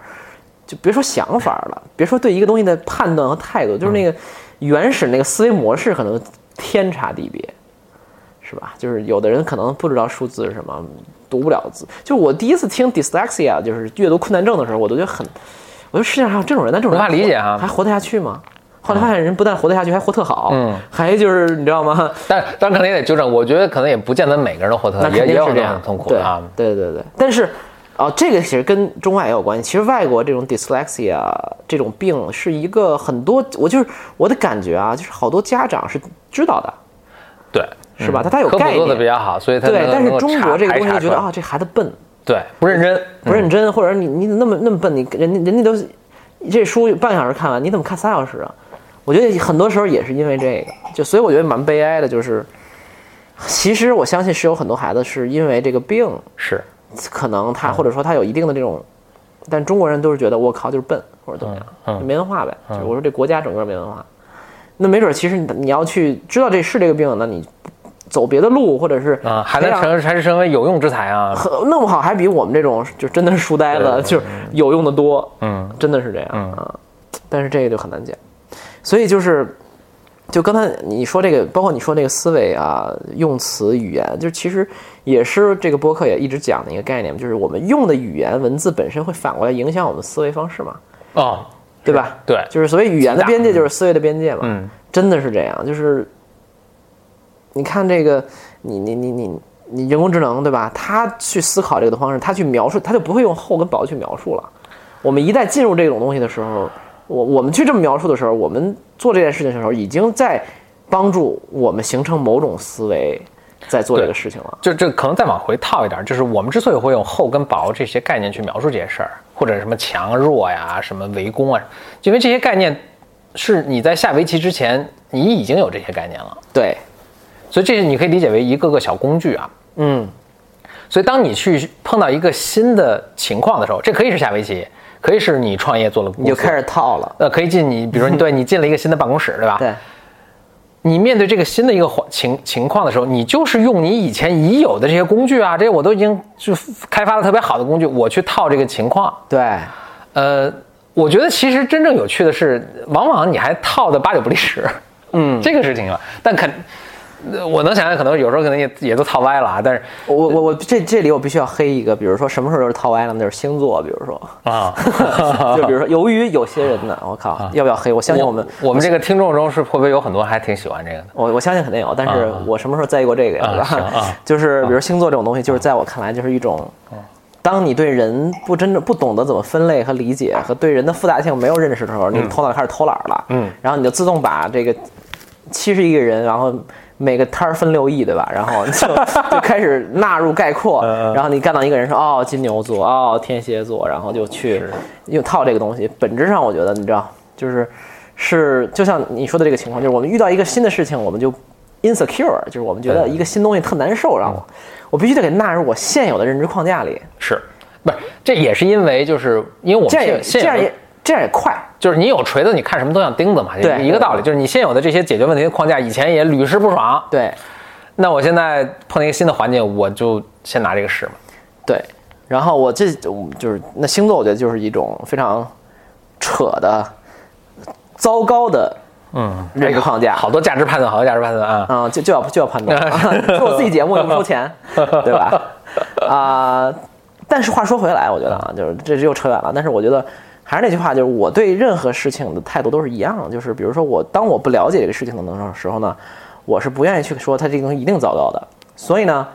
就别说想 法儿了，别说对一个东西的判断和态度，
嗯
就是那个原始那个思维模式可能天差地别，是吧？就是有的人可能不知道数字是什么，读不了字。就我第一次听 dyslexia，就是阅读困难症的时候，我都觉得很，我觉得世界上还有这种人，那这种
无
人
法
还活
理解啊
还活得下去吗？后来发现人不但活得下去，还活特好，
嗯，
还就是你知道吗？
但但可能也得纠正，我觉得可能也不见得每个人都活特
那
好，
肯
呃也也
定
有很
是这
多
样
很痛苦的啊。
对对对对，但是。哦，这个其实跟中外也有关系。其实外国这种 dyslexia 这种病是一个很多，我就是我的感觉啊，就是好多家长是知道的，
对，
是吧？他他有
嗯科
概
普做的比
念，
较好，所以他
对。但是
能够
中
查
国这个
排
东西
查
就觉
出
得
来嗯
啊，这孩子笨，
对，不认真，
不认真，或者你你怎么那么那么笨？你人家人家都这书半个小时看完，你怎么看仨小时啊？我觉得很多时候也是因为这个，就所以我觉得蛮悲哀的，就是其实我相信是有很多孩子是因为这个病
是
可能
嗯
他或者说他有一定的这种，但中国人都是觉得我靠就是笨或者怎么样，
嗯
就没文化呗。就是我说这国家整个没文化，那没准儿其实你你要去知道这是这个病，那你走别的路或者是
啊，还
培
能
养
成还是成为有用之才啊。
很弄不好还比我们这种就真的是书呆
对对对
子就是有用的多，
嗯，
真的是这样啊。但是这个就很难讲，所以就是，就刚才你说这个，包括你说这个思维啊、用词、语言，就是其实也是这个播客也一直讲的一个概念，就是我们用的语言文字本身会反过来影响我们思维方式嘛。
哦，
对吧？
对
就是所谓语言的
极大
边界就是思维的边界嘛。
嗯，
真的是这样，就是你看这个，你你你你你人工智能对吧？它去思考这个的方式，它去描述，它就不会用厚跟薄去描述了。我们一旦进入这种东西的时候，我我们去这么描述的时候，我们做这件事情的时候，已经在帮助我们形成某种思维，在做这个事情了。
就这可能再往回套一点，就是我们之所以会用厚跟薄这些概念去描述这些事儿，或者什么强弱呀、什么围攻啊，就因为这些概念是你在下围棋之前你已经有这些概念了，
对，
所以这你可以理解为一个个小工具啊。
嗯，
所以当你去碰到一个新的情况的时候，这可以是下围棋，可以是你创业做了公
你
司，
就开始套了。
呃，可以进你，比如说你对你进了一个新的办公室，对吧？
对，
你面对这个新的一个环情情况的时候，你就是用你以前已有的这些工具啊，这些我都已经就开发的特别好的工具，我去套这个情况。
对，
呃，我觉得其实真正有趣的是，往往你还套的八九不离十。嗯， 这个是挺有，但肯，呃我能想象，可能有时候可能也也都套歪了啊。但是
我我我这这里我必须要黑一个，比如说什么时候就是套歪了，那就是星座，比如 说。
啊，
就比如说，由于有些人呢，我靠，要不要黑？我相信 我们，
我们这个听众中是会不会有很多还挺喜欢这个的？
我我相信肯定有，但是
啊啊
我什么时候在意过这个呀？
啊
对吧
行啊哦
就是比如星座这种东西，就是在我看来就是一种，当你对人不真正不懂得怎么分类和理解，和对人的复杂性没有认识的时候，你的头脑开始偷懒了，
嗯，
然后你就自动把这个七十亿个人，然后。每个摊儿分六亿，对吧？然后 你就就开始纳入概括，
嗯
然后你干到一个人说哦金牛座，哦天蝎座，然后就去用套这个东西。本质上，我觉得你知道，就是是就像你说的这个情况，就是我们遇到一个新的事情，我们就 insecure，就是我们觉得一个新东西特难受，让我
嗯
我必须得给纳入我现有的认知框架里，
是，不是？这也是因为就是因为我们
这样也
现
这
现
样
有的
也这样也快，
就是你有锤子，你看什么都像钉子嘛，就
对
一个道理。
对
就是你现有的这些解决问题的框架，以前也屡试不爽。
对
那我现在碰到一个新的环境，我就先拿这个试嘛。
对。然后我这嗯就是那星座，我觉得就是一种非常扯的、糟糕的
嗯，
认知框架。
好多价值判断，好多价值判断啊。
啊、就就要就要判断， 做我自己节目又不收钱，对吧？啊、但是话说回来，我觉得啊，就是这又扯远了。但是我觉得还是那句话，就是我对任何事情的态度都是一样的，就是比如说我当我不了解这个事情的能时候呢，我是不愿意去说它这个东西一定糟糕的。所以呢，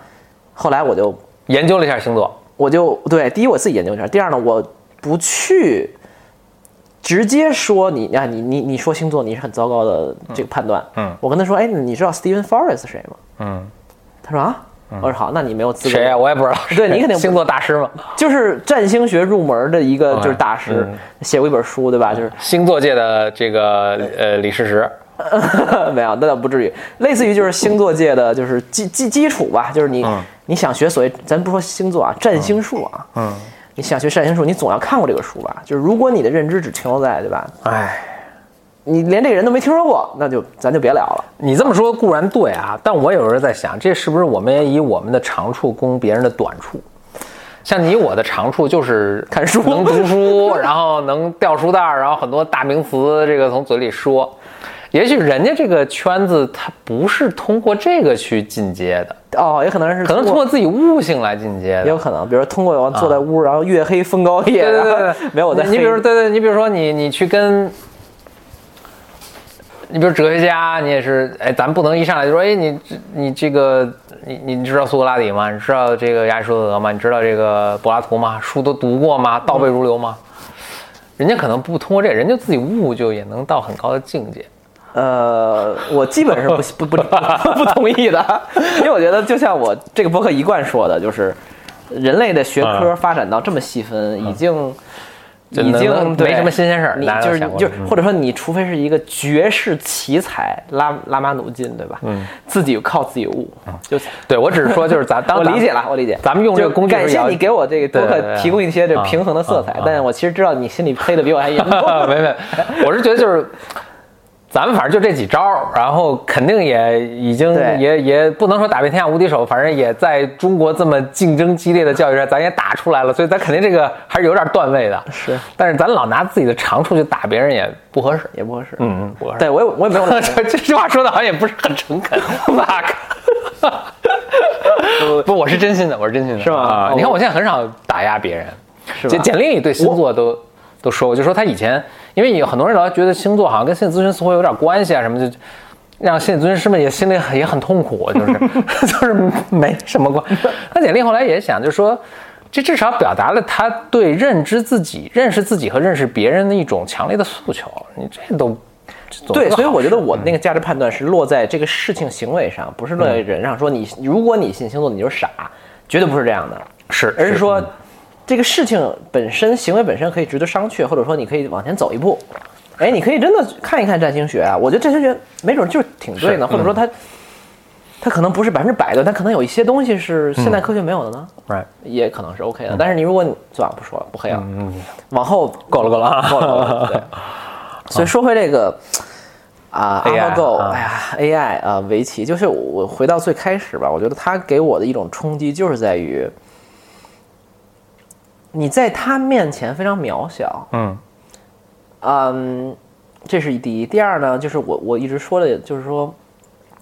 后来我就
研究了一下星座，
我就对，第一我自己研究一下，第二呢，我不去直接说你啊，你你你说星座你是很糟糕的这个判断，
嗯嗯
我跟他说，哎，你知道 Stephen Forrest 是谁吗？
嗯，
他说啊，我说好，那你没有资格，
谁呀、啊我也不知道。
对你肯定 不
星座大 师嘛，
就是占星学入门的一个
嗯
就是大师
嗯，
写过一本书对吧？就是
星座界的这个呃李世石。
没有，那倒不至于。类似于就是星座界的，就是基基基础吧，就是你、
嗯
你想学所谓，咱不说星座啊，占星术啊，
嗯，
你想学占星术，你总要看过这个书吧？就是如果你的认知只停留在对吧，
哎，
你连这个人都没听说过，那就咱就别聊了。
你这么说固然对啊，但我有时候在想，这是不是我们也以我们的长处攻别人的短处？像你我的长处就是
看书
能读书，然后能掉书袋儿，然后很多大名词这个从嘴里说。也许人家这个圈子他不是通过这个去进阶的，
哦，也可能是
可能
通
通过自己悟性来进阶
也有
的。
可能，比如说通过我坐在屋，然后月黑风高夜，
对对对
然
对
后，没有我在
你你比如对对，你比如说你你去跟，你比如哲学家，你也是，哎，咱不能一上来就说，哎，你这你这个你你知道苏格拉底吗？你知道这个亚里士多德吗？你知道这个柏拉图吗？书都读过吗？倒背如流吗？人家可能不通过这，人家自己悟就也能到很高的境界。
呃，我基本是 不不不不不同意的，因为我觉得就像我这个博客一贯说的，就是人类的学科发展到这么细分，已经
就
已
啊能
经
能
对
没什么新鲜事儿
你
大家都
就是
想过
就是
嗯
或者说你除非是一个绝世奇才拉拉马努金，对吧？嗯，自己靠自己悟，
啊
就
对我只是说，就是咱当
我
咱
理解了，我理解。
咱们用这个
就
工具
感
是
谢
要
你给我这个
对
博
对
客
对
提供一些这
啊
平衡的色
啊
彩
啊，
但我其实知道你心里黑的比我还严 重。
没没，我是觉得就是，咱们反正就这几招儿，然后肯定也已经
对
也也不能说打遍天下无敌手，反正也在中国这么竞争激烈的教育上，咱也打出来了，所以咱肯定这个还是有点段位的。
是，
但是咱老拿自己的长处去打别人也不合适。
也不合适。
嗯，嗯，不合适。
对我也我也没有
这 这句话说的好像也不是很诚 恳，fuck。不，我是真心的，我是真心的，
是吗
啊
哦
你看我现在很少打压别人，
吧
简简历里对星座都都说过，就说他以前，因为有很多人老觉得星座好像跟心理咨询似乎有点关系啊什么，就让心理咨询师们也心里很也很痛苦，就是 就是没什么关。那简历后来也想，就说这至少表达了他对认知自己、认识自己和认识别人的一种强烈的诉求。你这都这总
对，
不
所以
好
我觉得我的那个价值判断是落在这个事情行为上，不是
嗯
落在人上。说你，如果你信星座，你就是傻，绝对不是这样的，
是
而是说
嗯
这个事情本身，行为本身可以值得商榷，或者说你可以往前走一步。哎，你可以真的看一看占星学啊，我觉得占星学没准就是挺对
是嗯
呢，或者说它。它可能不是百分之百的，但可能有一些东西是现
嗯
代科学没有的呢，
right
也可能是 OK 的。但是你如果你算了，不说了，不黑了，往后
够了够了啊，
够了够了。对，所以说回这个啊
AI
，AlphaGo，
啊
哎呀，AI 啊，围棋，就是我回到最开始吧，我觉得它给我的一种冲击就是在于，你在它面前非常渺小，
嗯
嗯，这是第一。第二呢，就是我我一直说的，就是说，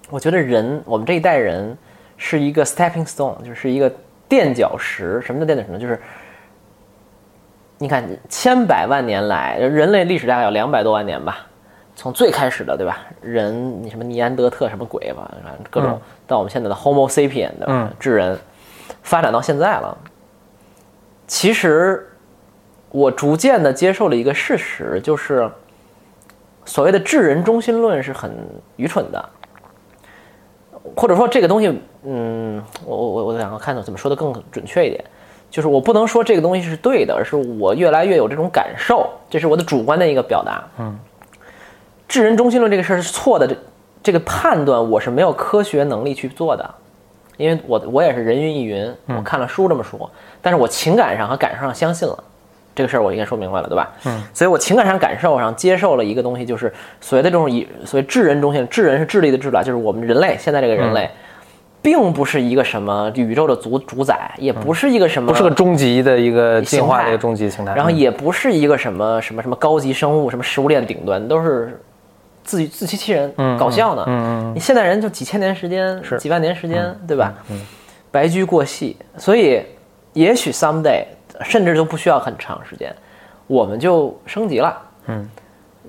我觉得人，我们这一代人是一个 stepping stone，就是一个垫脚石。什么叫垫脚石呢？就是你看，千百万年来，人类历史大概有两百多万年吧，从最开始的对吧，人你什么尼安德特什么鬼吧，各种、到我们现在的 Homo sapien 的、
嗯
智人，发展到现在了。其实我逐渐的接受了一个事实，就是所谓的智人中心论是很愚蠢的，或者说这个东西，嗯，我我我我想看怎么说的更准确一点，就是我不能说这个东西是对的，而是我越来越有这种感受，这是我的主观的一个表达。嗯，智人中心论这个事儿是错的，这这个判断我是没有科学能力去做的。因为我我也是人云亦云，我
嗯
看了书这么说，但是我情感上和感受上相信了，这个事儿我应该说明白了，对吧？嗯，所以我情感上、感受上接受了一个东西，就是所谓的这种以所谓智人中心，智人是智力的智吧，就是我们人类现在这个人类，
嗯
并不是一个什么宇宙的主主宰，也不是一个什
嗯
么，
不是个终极的一个进
形
化
态
的一个终极形态，
然后
嗯
也不是一个什么什么什么高级生物，什么食物链顶端，都是自己自欺欺人，
嗯
搞笑呢。你现代人就几千年时间，几万年时间，
嗯
对吧？白驹过隙，所以也许 someday 甚至都不需要很长时间，我们就升级了。嗯，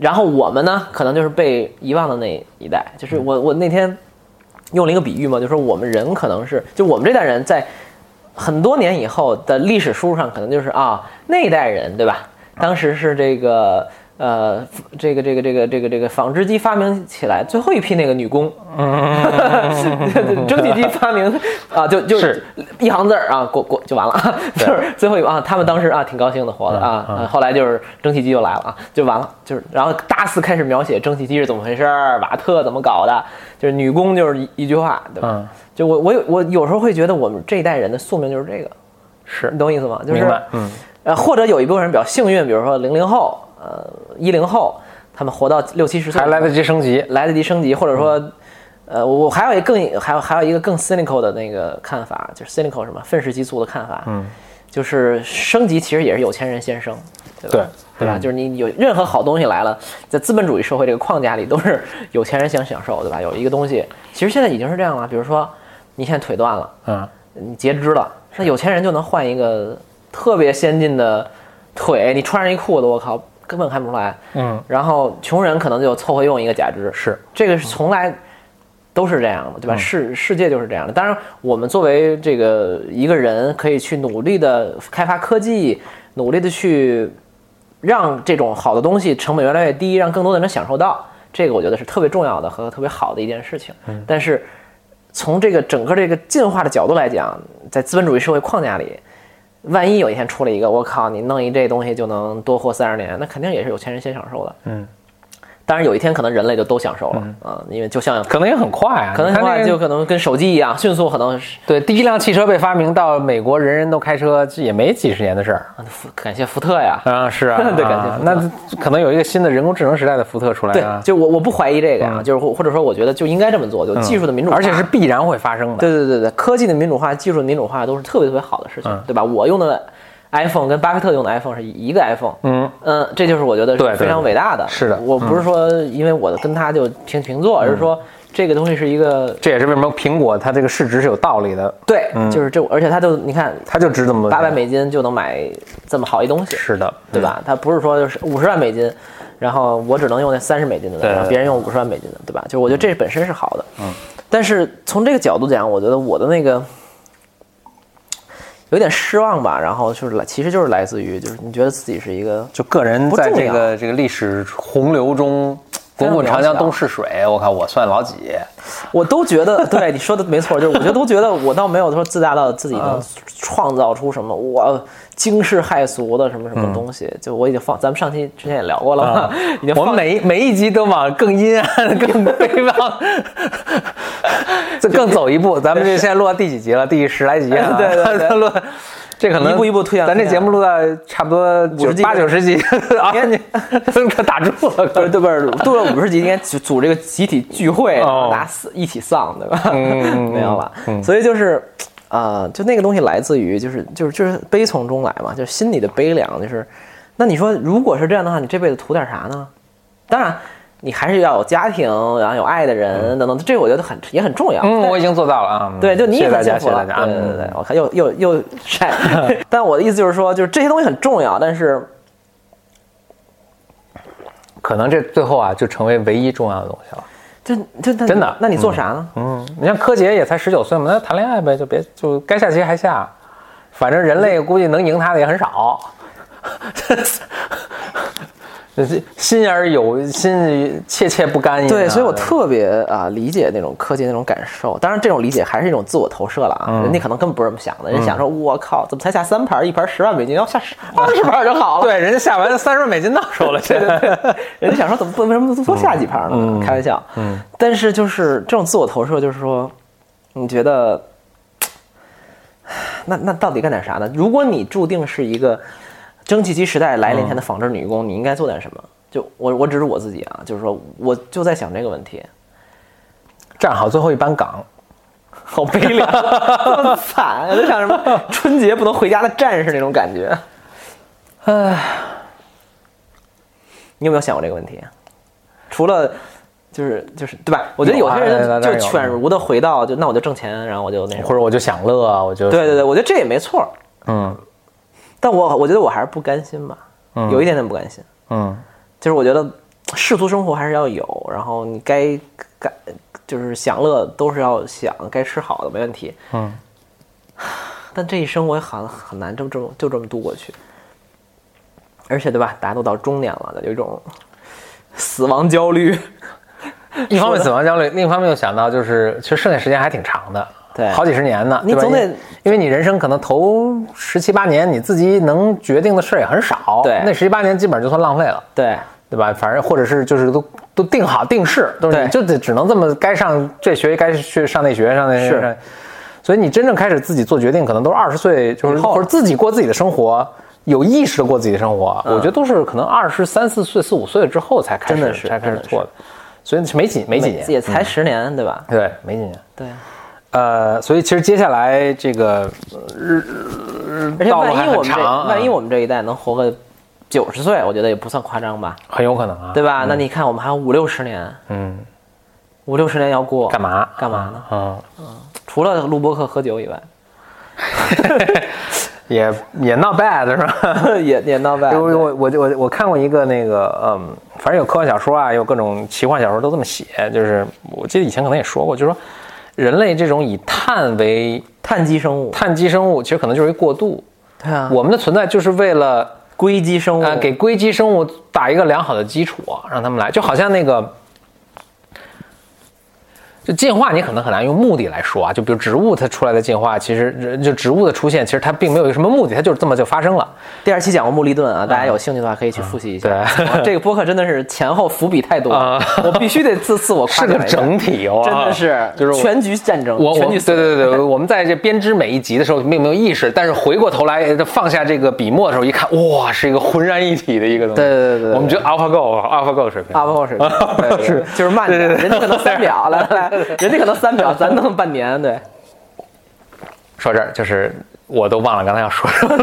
然后我们呢，可能就是被遗忘的那一代。就是
嗯
我我那天用了一个比喻嘛，就说我们人可能是就我们这代人在很多年以后的历史书上，可能就是啊那一代人对吧？当时是这个呃这个这个这个这个这个纺织机发明起来最后一批那个女工，蒸汽机发明啊，就就是一行字儿啊，过过就完了，啊，就是最后一个啊，他们当时啊挺高兴的活的啊，啊后来就是蒸汽机就来了啊，就完了，就是然后大肆开始描写蒸汽机是怎么回事儿，瓦特怎么搞的，就是女工就是一一句话，对吧？
嗯
就我我有我有时候会觉得我们这一代人的宿命就是这个，
是
你懂我意思吗？就是
明白嗯，
呃，或者有一部分人比较幸运，比如说零零后，呃，一零后，他们活到六七十岁
还来得及嗯升级，
来得及升级，或者说，呃，我我还有一个更还有还有一个更 cynical 的那个看法，就是 cynical 什么愤世嫉俗的看法，嗯，就是升级其实也是有钱人先升，对吧？
对
对吧？
嗯
就是你有任何好东西来了，在资本主义社会这个框架里，都是有钱人想享受，对吧？有一个东西，其实现在已经是这样了，比如说你现在腿断了，
嗯，
你截肢了，那有钱人就能换一个特别先进的腿，你穿上一裤子，我靠，根本看不出来。
嗯，
然后穷人可能就凑合用一个假肢，
是嗯
这个是从来都是这样的，对吧？世世界就是这样的。当然，我们作为这个一个人，可以去努力的开发科技，努力的去让这种好的东西成本越来越低，让更多的人享受到。这个我觉得是特别重要的和特别好的一件事情。
嗯
但是从这个整个这个进化的角度来讲，在资本主义社会框架里，万一有一天出了一个我靠，你弄一这东西就能多活三十年，那肯定也是有钱人先享受的。
嗯，
当然有一天可能人类就都享受了啊、因为就像
可能也很快啊，
可能
你
的
看那
话
个
就可能跟手机一样，迅速可能是
对，第一辆汽车被发明到美国，人人都开车，这也没几十年的事儿
啊福感谢福特呀。
啊！是 啊，
对感谢
啊
福特
那可能有一个新的人工智能时代的福特出来
对
啊，，
就我我不怀疑这个呀，就是或或者说我觉得就应该这么做，就技术的民主
嗯
化，
而且是必然会发生的。
对对对对，科技的民主化、技术的民主化都是特别特别好的事
嗯
情，对吧？我用的 iPhone 跟巴菲特用的 iPhone 是一个 iPhone，
嗯
嗯，这就是我觉得
对对
是非常伟大的。
是的嗯
我不是说因为我跟他就平平坐，而是说这个东西是一个
这也是为什么苹果它这个市值是有道理的，
对，
嗯
就是这，而且它就你看
它就值这么多钱。
八百美金就能买这么好一东西，
是的，
对吧？它不是说就是五十万美金，然后我只能用那三十美金的
对
然后别人用五十万美金的，对吧？就是我觉得这本身是好的，嗯。但是从这个角度讲，我觉得我的那个有点失望吧，然后就是来，其实就是来自于就是你觉得自己是一个
就个人
不
在
重
这
要
个这个历史洪流中，滚
非常
滚长江
渺小
东逝水，我靠，我算老几？
我都觉得，对你说的没错，就是我觉得都觉得我倒没有说自大到自己
嗯
能创造出什么我惊世骇俗的什么什
嗯
么东西。就我已经放，咱们上期之前也聊过了
啊
嘛， 已经
我
放
们每每一集都往更阴暗、 更悲望，这更走一步。咱们这现在录到第几集了？第十来集了、
对对 对
录这可能
一步一步推向
咱这
黑暗
节目录到差不多九
50集
八九十集，啊，你 可打住了，
不是
可
对不是，杜了五十集应该组组这个集体聚会，
哦
大家死一起丧，对吧？
嗯
没有了。所以就是，啊、就那个东西来自于就是就是就是悲从中来嘛，就是心里的悲凉。就是，那你说如果是这样的话，你这辈子图点啥呢？当然，你还是要有家庭，然后有爱的人等等，这个我觉得很也很重要。
嗯， 我已经做到了啊。嗯
对，就你
谢
也
谢大
很幸
家，谢
福
谢
了。
大家。
对对对
嗯
对，我看又又又晒。 但我的意思就是说，就是这些东西很重要，但是
可能这最后啊，就成为唯一重要的东西了。
就就那
真的
那你做啥呢？
嗯，你像柯洁也才十九岁嘛，那谈恋爱呗，就别就该下棋还下，反正人类估计能赢他的也很少。 这心而有心，切切不甘也啊。
对，所以我特别啊、理解那种科技那种感受。当然，这种理解还是一种自我投射了啊。人家可能根本不是这么想的，人家想说：“我靠，怎么才下三盘儿？一盘十万美金，要下二十盘儿就好了。
对人家下完三十万美金到手 了，这
人家想说：“怎么不为什么不多下几盘儿呢？”开玩笑。嗯。但是就是这种自我投射，就是说，你觉得，那那到底干点啥呢？如果你注定是一个蒸汽机时代来临前的纺织女工，你应该做点什么？就我我只是我自己啊，就是说，我就在想这个问题。
站好最后一班岗。
好悲凉，这么惨，就像什么春节不能回家的战士那种感觉。唉，你有没有想过这个问题？除了就是就是对吧？我觉得有些哎
有啊
人
当然
就
有
犬儒的回到就那我就挣钱，然后我就那种。
或者我就享乐啊，我就
对对对，我觉得这也没错儿，
嗯
但我我觉得我还是不甘心吧，有一点点不甘心。
嗯，
就是我觉得世俗生活还是要有，然后你该该就是享乐都是要享，该吃好的没问题。
嗯，
但这一生我也很很难这么这么就这么度过去，而且对吧，大家都到中年了，有一种死亡焦虑。
一方面死亡焦虑，另一方面又想到就是，其实剩下时间还挺长的，
对
好几十年呢。
你
对吧
总得
因为因为你人生可能头十七八年，你自己能决定的事儿也很少，
对
那十七八年基本上就算浪费了，
对
对吧？反正或者是就是都都定好定式，都是
对
你就得只能这么该上这学该去上那学上那
是
上所以你真正开始自己做决定，可能都是二十岁，就是
以后
或者自己过自己的生活，有意识的过自己的生活，我觉得都是可能二十三四岁、四五岁之后才开始
嗯真的是
才开始
真的是
做的，所以没几没几年，
也才十年，对吧？
对，没几年。
对，
呃，所以其实接下来这个呃
而且
道路
万
还
一
很
我们这
长啊
万一我们这一代能活个九十岁，我觉得也不算夸张吧。
很有可能啊，
对吧？那你看，我们还有五六十年，
嗯，
五六十年要过
干？嘛？
干嘛呢？
嗯，
除了录播课、喝酒以外，
也也 not bad 是吧？
也也闹掰。
我我我我我看过一个那个嗯，反正有科幻小说啊，有各种奇幻小说都这么写，就是我记得以前可能也说过，就是说人类这种以碳为
碳基生物，
碳基生物，其实可能就是一过渡，
对啊，
我们的存在就是为了。
硅基生物
呃，给硅基生物打一个良好的基础，让他们来，就好像那个，就进化，你可能很难用目的来说啊。就比如植物它出来的进化，其实就植物的出现，其实它并没有一个什么目的，它就是这么就发生了。
第二期讲过穆利顿啊，大家有兴趣的话可以去复习一下。
啊对
哇这个播客真的是前后伏笔太多
啊，
我必须得自自我夸
是个
奖一下，
整体哦，
真的是
就是我
全局战争，
我我
全局
对
死
对对对，我们在这编织每一集的时候并没有意识，但是回过头来放下这个笔墨的时候一看，哇，是一个浑然一体的一个东西。
对对对对
我们觉得 AlphaGo AlphaGo 水平
阿 波水平，对对对
是
就是慢点，
对对对
人家可能三秒，来来来，人家可能三秒，咱弄半年，对。
说这儿就是我都忘了刚才要说什么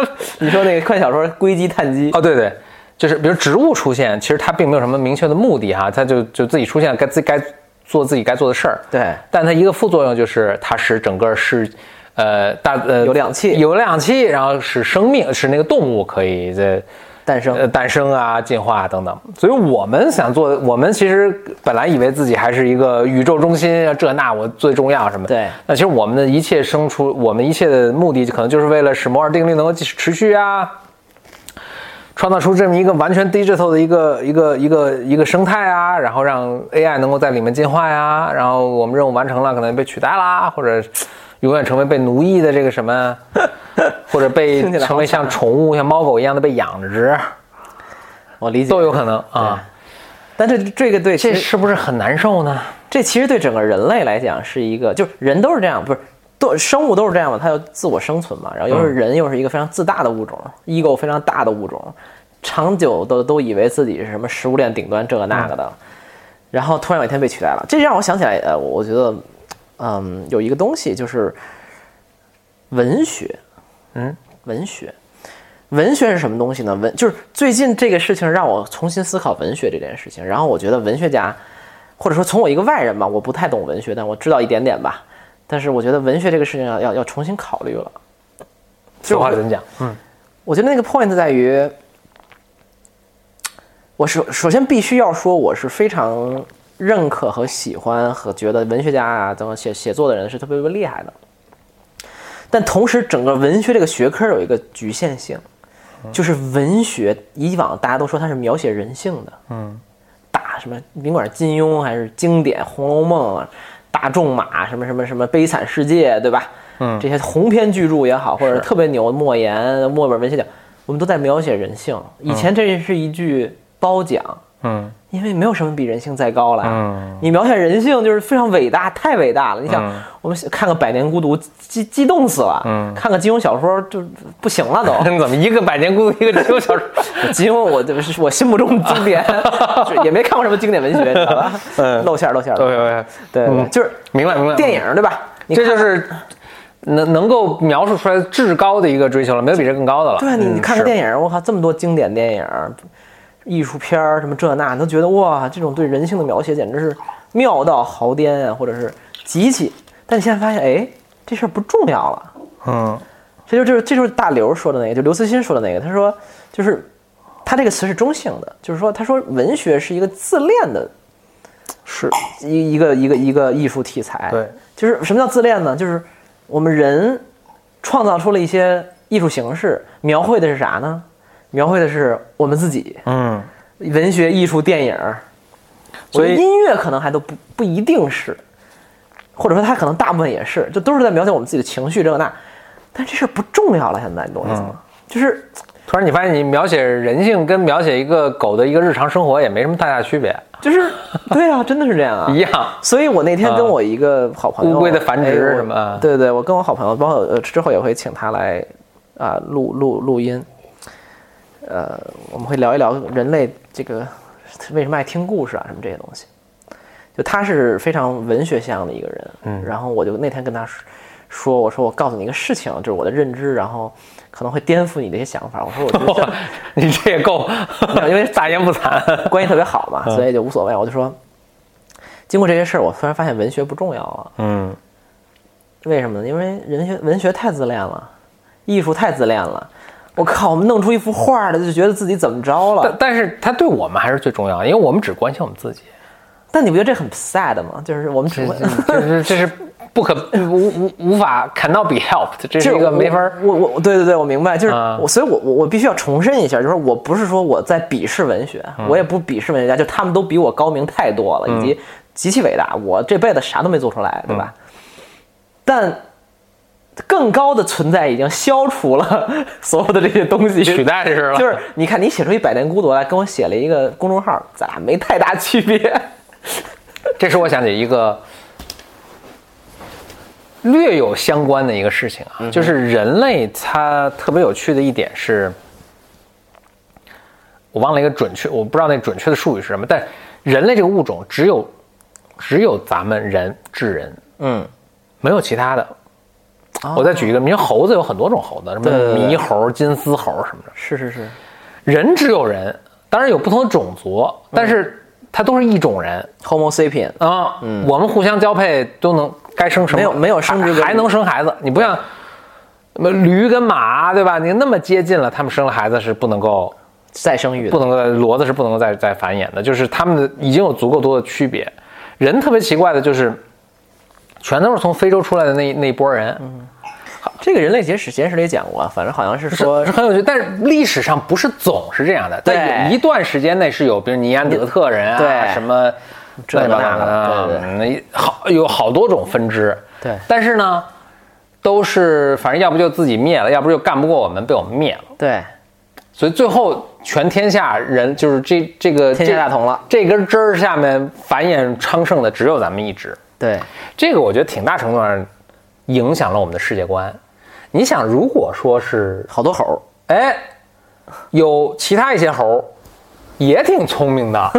了。
你说那个快小说《硅基碳基》，
哦，对对，就是比如植物出现，其实它并没有什么明确的目的哈，它就就自己出现，该自己该做自己该做的事儿。
对
但它一个副作用就是它使整个是，呃，大呃
有氧气
有氧气，然后使生命使那个动物可以在
诞生
呃诞生啊、进化、等等。所以我们想做，我们其实本来以为自己还是一个宇宙中心，啊这那我最重要什么的。
对
那其实我们的一切生出，我们一切的目的可能就是为了使摩尔定律能够继续持续啊。创造出这么一个完全 digital 的一个一个一个一个生态啊，然后让 AI 能够在里面进化呀，然后我们任务完成了，可能被取代啦，或者永远成为被奴役的这个什 么，或者被
听起来好啊
成为像宠物像猫狗一样的被养 殖，
我理解
都有可能啊。
但这这个对，
这
其实
是不是很难受呢？
这其实对整个人类来讲是一个，就是人都是这样，不是都生物都是这样嘛，它要自我生存嘛。然后又是人，又是一个非常自大的物种、e g o 非常大的物种，长久都都以为自己是什么食物链顶端这个那个的，然后突然有一天被取代了。这让我想起来，呃，我我觉得，嗯，有一个东西就是文学，嗯，文学。文学是什么东西呢？文就是最近这个事情让我重新思考文学这件事情。然后我觉得文学家，或者说从我一个外人吧，我不太懂文学，但我知道一点点吧。但是我觉得文学这个事情要要要重新考虑了。
此话 怎讲？
哦我觉得那个 point 在于，我首首先必须要说，我是非常认可和喜欢和觉得文学家啊，等等写写作的人是特别特别厉害的。但同时，整个文学这个学科有一个局限性，
嗯
就是文学以往大家都说它是描写人性的，嗯，大什么甭管是金庸还是经典《红楼梦》啊，大仲马什么什么什么悲惨世界，对吧？嗯，这些鸿篇巨著也好，或者特别牛莫言、墨本文学奖，我们都在描写人性。以前这是一句褒奖，
嗯
因为没有什么比人性再高了。啊
嗯，
你描写人性就是非常伟大，太伟大了。你想，我们看个《百年孤独》，激激动死了；
嗯
看个金庸小说就不行了都。
哦怎么一个百年孤独，一个只有小说？
金庸我就是 我心目中的经 典，就也没看过什么经典文学，你知道吧？
嗯
露馅儿露馅儿。
对对
对对，
嗯
就是
明白明白。
电影对吧？你
这
看
就是能能够描述出来至高的一个追求了，没有比这更高的了。嗯
对啊，你你看个电影，我靠，这么多经典电影、艺术片儿什么这那，你都觉得哇，这种对人性的描写简直是妙到毫巅啊，或者是极其。但你现在发现，哎，这事儿不重要了。
嗯，
这就就是这就是大刘说的那个，就刘慈欣说的那个，他说就是他这个词是中性的，就是说他说文学是一个自恋的，是一一个一个一个艺术题材。
对，
就是什么叫自恋呢？就是我们人创造出了一些艺术形式，描绘的是啥呢？描绘的是我们自己，
嗯，
文学、艺术、电影，
所以
我觉得音乐可能还都不不一定是，或者说它可能大部分也是，就都是在描写我们自己的情绪这个那，但这事儿不重要了。现在你懂我意思吗？就是
突然你发现你描写人性跟描写一个狗的一个日常生活也没什么太大区别，啊
就是，对啊，真的是这样啊，
一 样。
所以我那天跟我一个好朋友，
啊乌龟的繁殖
哎我
什么啊
对对，我跟我好朋友，包括呃之后也会请他来啊、录录录音，呃，我们会聊一聊人类这个为什么爱听故事啊什么这些东西。就他是非常文学向的一个人，嗯，然后我就那天跟他说说，我说我告诉你一个事情，就是我的认知，然后可能会颠覆你的一些想法。我说我觉得这样
你这也够， 因为大言不嗯惭。
关系特别好嘛，所以就无所谓。我就说，经过这些事儿，我突然发现文学不重要了。
嗯，
为什么呢？因为人学文学太自恋了，艺术太自恋了。我靠，我们弄出一幅画来，就觉得自己怎么着 了。
但
但
但是它对我们还是最重要的，因为我们只关心我们自己，
你不觉得这很 sad 吗？就是我们只
这
会，
这这这是不可无无无法 cannot be helped，这是一个没法。
我我我对对对，我明白，就是
啊
我，所以我我我必须要重申一下，就是我不是说我在鄙视文学，
嗯
我也不鄙视文学家，就他们都比我高明太多了，以及极其伟大，我这辈子啥都没做出来，对吧？但更高的存在已经消除了 所有的这些东西，
取代这事了，
就是你看，你写出一《百年孤独》来，跟我写了一个公众号，咱俩没太大 区别。
这是我想起一个略有相关的一个事情
嗯
啊，就是人类它特别有趣的一点是，我忘了一个准确，我不知道那准确的术语是什么，但人类这个物种只有只有咱们人智人，
嗯，哦
没有其他的。我再举一个，你说猴子有很多种猴子，什么
对对对
猕猴、金丝猴什么的，
是是是，
人只有人，当然有不同的种族，但是他都是一种人
Homo sapien，
啊。我们互相交配都能该生什么
嗯没有没有生
还
殖隔离
还能生孩子。你不像什么驴跟马，对吧？你那么接近了，他们生了孩子是不能够
再生育的
不能够再骡子是不能够再再繁衍的，就是他们的已经有足够多的区别。人特别奇怪的就是，全都是从非洲出来的那那一波人，
嗯这个人类简史简史里讲过啊，反正好像是说
呃是很有趣。但是历史上不是总是这样的，
对
在有一段时间内是有，比如尼安德特人啊，
对
什么
这
乱七八
那
糟的
的
啊，
对
那好有好多种分支。
对
但是呢，都是反正要不就自己灭了，要不就干不过我们，被我们灭了。
对
所以最后全天下人就是这这个
天下
这
大同了
这根枝儿下面繁衍昌盛的只有咱们一支。
对
这个我觉得挺大程度上影响了我们的世界观。你想，如果说是
好多猴儿，
哎，有其他一些猴儿也挺聪明 的，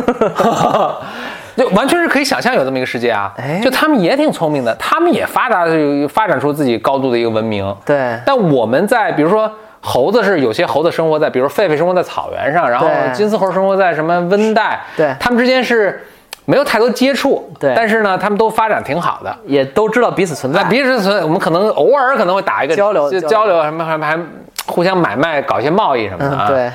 就完全是可以想象有这么一个世界啊。
哎
就他们也挺聪明的，他们也发达发展出自己高度的一个文明。
对
但我们在比如说。猴子是有些猴子生活在，比如狒狒生活在草原上，然后
对
金丝猴生活在什么温带，
对
它们之间是没有太多接触，
对
但是呢，它们都发展挺好的，
也都知道彼此存在
那，彼此存，我们可能偶尔可能会打一个
哎交流
就
交流
交流什么还还互相买卖，搞一些贸易什么的、
嗯
啊。，
对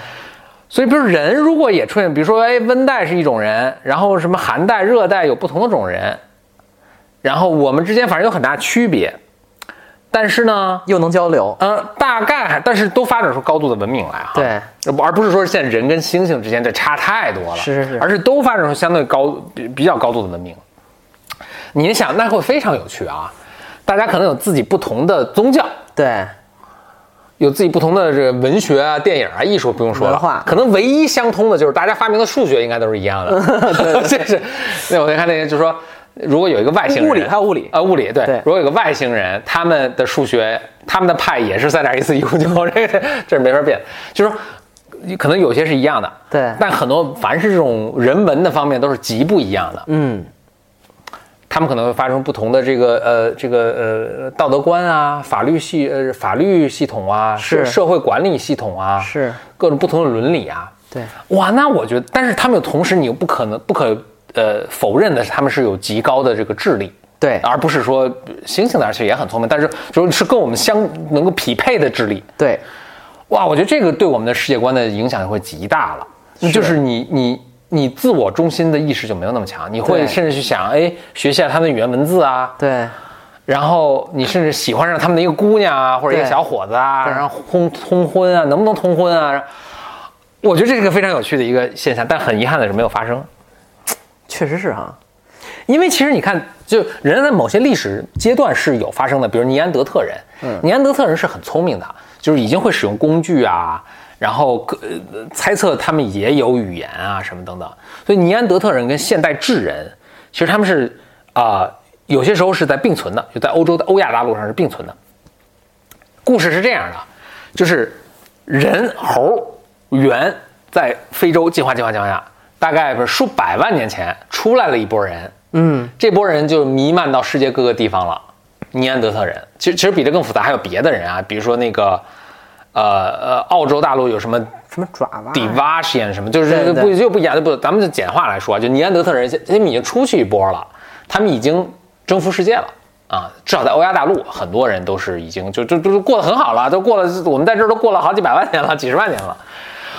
所以比如人如果也出现，比如说哎温带是一种人，然后什么寒带、热带有不同的种人，然后我们之间反正有很大区别，但是呢。
又能交流，
呃，大概还，但是都发展出高度的文明来哈。
对
对，而不是说现在人跟猩猩之间这差太多了，
是是是
而是都发展出相对高、比比较高度的文明。你想，那会非常有趣啊！大家可能有自己不同的宗教，
对
有自己不同的这个文学啊、电影啊、艺术，不用说了。
文化
可能唯一相通的就是大家发明的数学应该都是一 样的。 这是那我看那个，就是说，如果有一个外星人，
物理还有物理
啊，物理对
对
如果有个外星人，他们的数学，他们的派也是三点一四一五九，这个 这是没法变的。就是说，可能有些是一样的，
对
但很多凡是这种人文的方面都是极不一样的。
嗯，
他们可能会发生不同的这个呃这个呃道德观啊、法律系呃法律系统啊、社
是
社会管理系统啊，
是
各种不同的伦理啊。
对
哇，那我觉得，但是他们有同时你又不可能不可呃否认的是，他们是有极高的这个智力。
对
而不是说呃猩猩的，而且也很聪明，但是就是是跟我们相能够匹配的智力。
对
哇，我觉得这个对我们的世界观的影响会极大了。那就是你你你自我中心的意识就没有那么强，你会
对
甚至去想，哎，学习一下他们的语言文字啊，
对
然后你甚至喜欢上他们的一个姑娘啊，或者一个
对
小伙子啊，
对
然后通通婚啊，能不能通婚啊？我觉得这是个非常有趣的一个现象，但很遗憾的是没有发生。
确实是哈，
因为其实你看，就人在某些历史阶段是有发生的，比如尼安德特人，尼安德特人是很聪明的，就是已经会使用工具啊，然后各呃猜测他们也有语言啊什么等等，所以尼安德特人跟现代智人，其实他们是啊、有些时候是在并存的，就在欧洲的欧亚大陆上是并存的。故事是这样的，就是人、猴、猿在非洲进化、进化、进化下，大概不是数百万年前出来了一波人，
嗯，
这波人就弥漫到世界各个地方了。尼安德特人，其实其实比这更复杂，还有别的人啊，比如说那个，呃呃，澳洲大陆有什么
什么爪哇
d i v a s i a n 什么，就是
对对
不就不一样，不，咱们就简化来说，啊就尼安德特人，他们已经出去一波了，他们已经征服世界了。啊，至少在欧亚大陆，很多人都是已经就就就就过得很好了，都过了，我们在这儿都过了好几百万年了，几十万年了。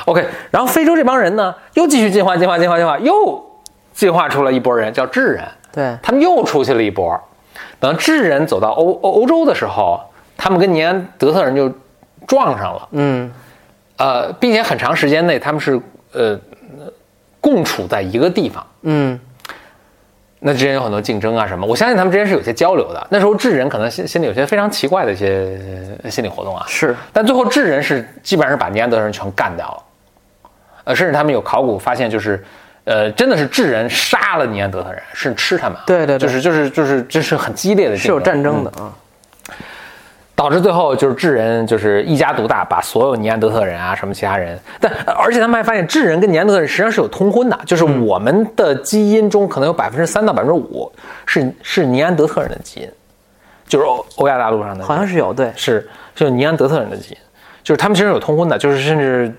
OK，然后非洲这帮人呢，又继续进化，进化，进化，进化，又进化出了一波人，叫智人。
对
他们又出去了一波。等智人走到欧欧欧洲的时候，他们跟尼安德特人就撞上了。
嗯
呃，并且很长时间内他们是呃共处在一个地方。
嗯
那之间有很多竞争啊什么，我相信他们之间是有些交流的。那时候智人可能心心里有些非常奇怪的一些呃心理活动啊。
是
但最后智人是基本上是把尼安德特人全干掉了，呃，甚至他们有考古发现，就是，呃，真的是智人杀了尼安德特人，是吃他们啊，
对对对
就是就是就是这是很激烈的，
是有战，争的啊，
导致最后就是智人就是一家独大，把所有尼安德特人啊什么其他人，但呃而且他们还发现智人跟尼安德特人实际上是有通婚的，就是
嗯
我们的基因中可能有百分之三到百分之五是是尼安德特人的基因，就是欧欧亚大陆上的，
好像是有对
是就是尼安德特人的基因，就是他们其实有通婚的，就是甚至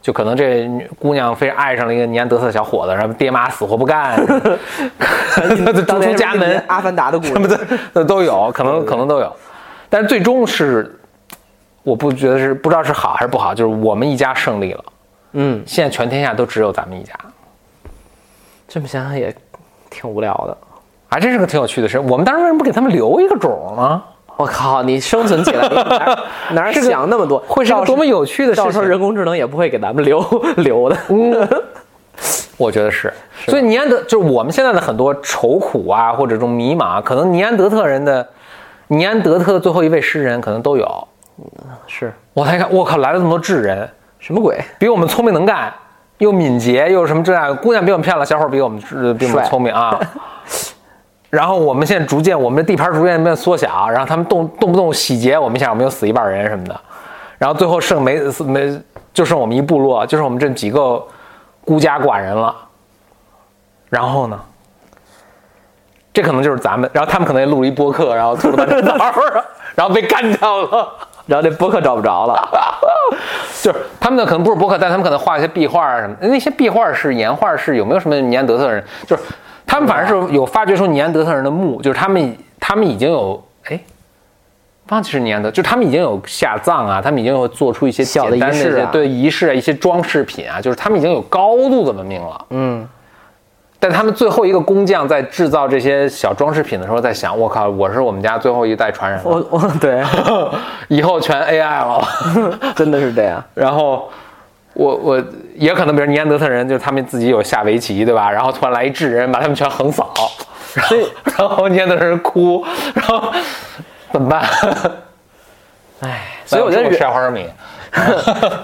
就可能这女姑娘非爱上了一个尼安德特小伙子，然后爹妈死活不 干，当初家门
阿凡达的 故事
什么 的那都有，可能可能都有，但是最终是，我不觉得是不知道是好还是不好，就是我们一家胜利了，
嗯，
现在全天下都只有咱们一家，
这么想想也挺无聊的。
啊，这是个挺有趣的事。我们当时为什么不给他们留一个种呢？
我靠，你生存 起来你哪哪儿
是个
想那么多？
会是
到
个
时
多么有趣的事
到时候嗯
情？
人工智能也不会给咱们留 留的。
我觉得是。所以尼安德就是我们现在的很多愁苦啊，或者这种迷茫，可能尼安德特人的尼安德特的最后一位诗人可能都有。
是
我才看，我靠，来了这么多智人，
什么鬼？
比我们聪明能干，又敏捷，又什么这样，姑娘比我们漂亮，小伙儿比我们呃比我们
帅
聪明啊。 然后我们现在逐渐，我们的地盘逐渐变缩小，然后他们动动不动洗劫我们一下，我们又死一半人什么的，然后最后剩没没就剩我们一部落，就剩我们这几个孤家寡人了。然后呢？ 这可能就是咱们，然后他们可能也录了一播客，然后吐了半天槽儿， 然后被干掉了。
然后这博客找不着了，
就是他们的可能不是博客，但他们可能画一些壁画啊什么的。那些壁画是岩画是有没有什么尼安德特人？就是他们反正是有发掘出尼安德特人的墓，就是他们他们已经有哎，忘记是尼安德，就是他们已经有下葬啊，他们已经有做出一些
小的
简单的
仪式
一些
啊
对仪式啊，一些装饰品啊，就是他们已经有高度的文明了。
嗯，
但他们最后一个工匠在制造这些小装饰品的时候，在想：我靠，我是我们家最后一代传人了，
我我对，
以后全 AI 了。
真的是这样。
然后我我也可能，比如尼安德特人，就是他们自己有下围棋，对吧？然后突然来一智人，把他们全横扫，然后然后尼安德特人哭，然后怎么办？
所以我觉得
吃
人，
花生米，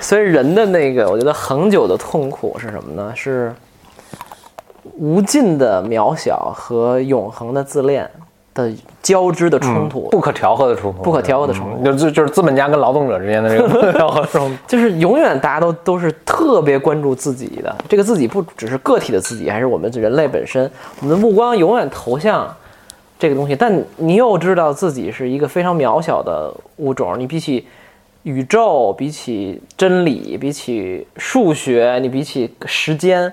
所以人的那个，我觉得恒久的痛苦是什么呢？是无尽的渺小和永恒的自恋的交织的冲突。
不可调和的冲突，
不可调和的冲突
嗯就就就是资本家跟劳动者之间的 这个不可调和冲突。
就是永远大家都都是特别关注自己的，这个自己不只是个体的自己，还是我们人类本身，我们的目光永远投向这个东西。但你又知道自己是一个非常渺小的物种，你比起宇宙，比起真理，比起数学，你比起时间，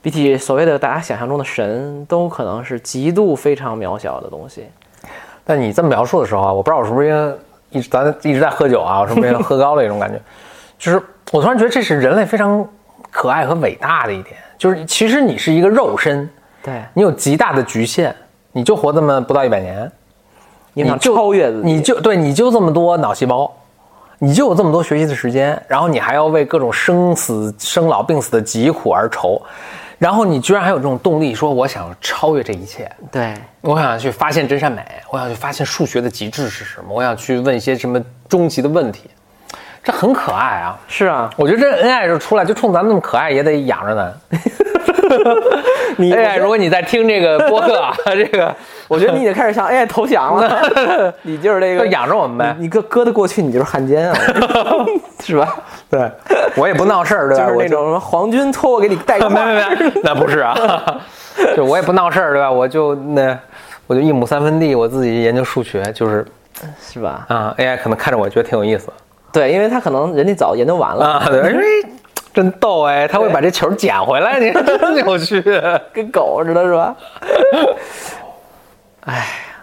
比起所谓的大家想象中的神，都可能是极度非常渺小的东西。
但你这么描述的时候啊，我不知道我是不是因为一直咱一直在喝酒 啊，我是不是因为喝高了一种感觉？就是我突然觉得这是人类非常可爱和伟大的一点，就是其实你是一个肉身，
对，
你有极大的局限，你就活这么不到一百年，
你
你
想
就
超越自己，
你就对，你就这么多脑细胞，你就有这么多学习的时间，然后你还要为各种生死、生老病死的疾苦而愁，然后你居然还有这种动力，说我想超越这一切，
对
我想去发现真善美，我想去发现数学的极致是什么，我想去问一些什么终极的问题，这很可爱啊！
是啊，
我觉得这 AI 就出来，就冲咱们那么可爱，也得养着咱。
你
AI，如果你在听这个播客啊，这个
我觉得你已经开始向 AI 投降了，你就是 这
就
个
养着我们呗。
你搁搁得过去，你就是汉奸啊，是吧？
对，我也不闹事儿，对
就
吧？
是
我
那种什么皇军托我给你带 个
没没没，那不是啊，就我也不闹事儿，对吧？我就那我就一亩三分地，我自己研究数学，就是
是吧？
啊、a i 可能看着我觉得挺有意思
对，因为他可能人家早研究完了，
啊，对，哎，真逗哎，他会把这球捡回来，你看 真有趣。
跟狗似的，是吧？哎，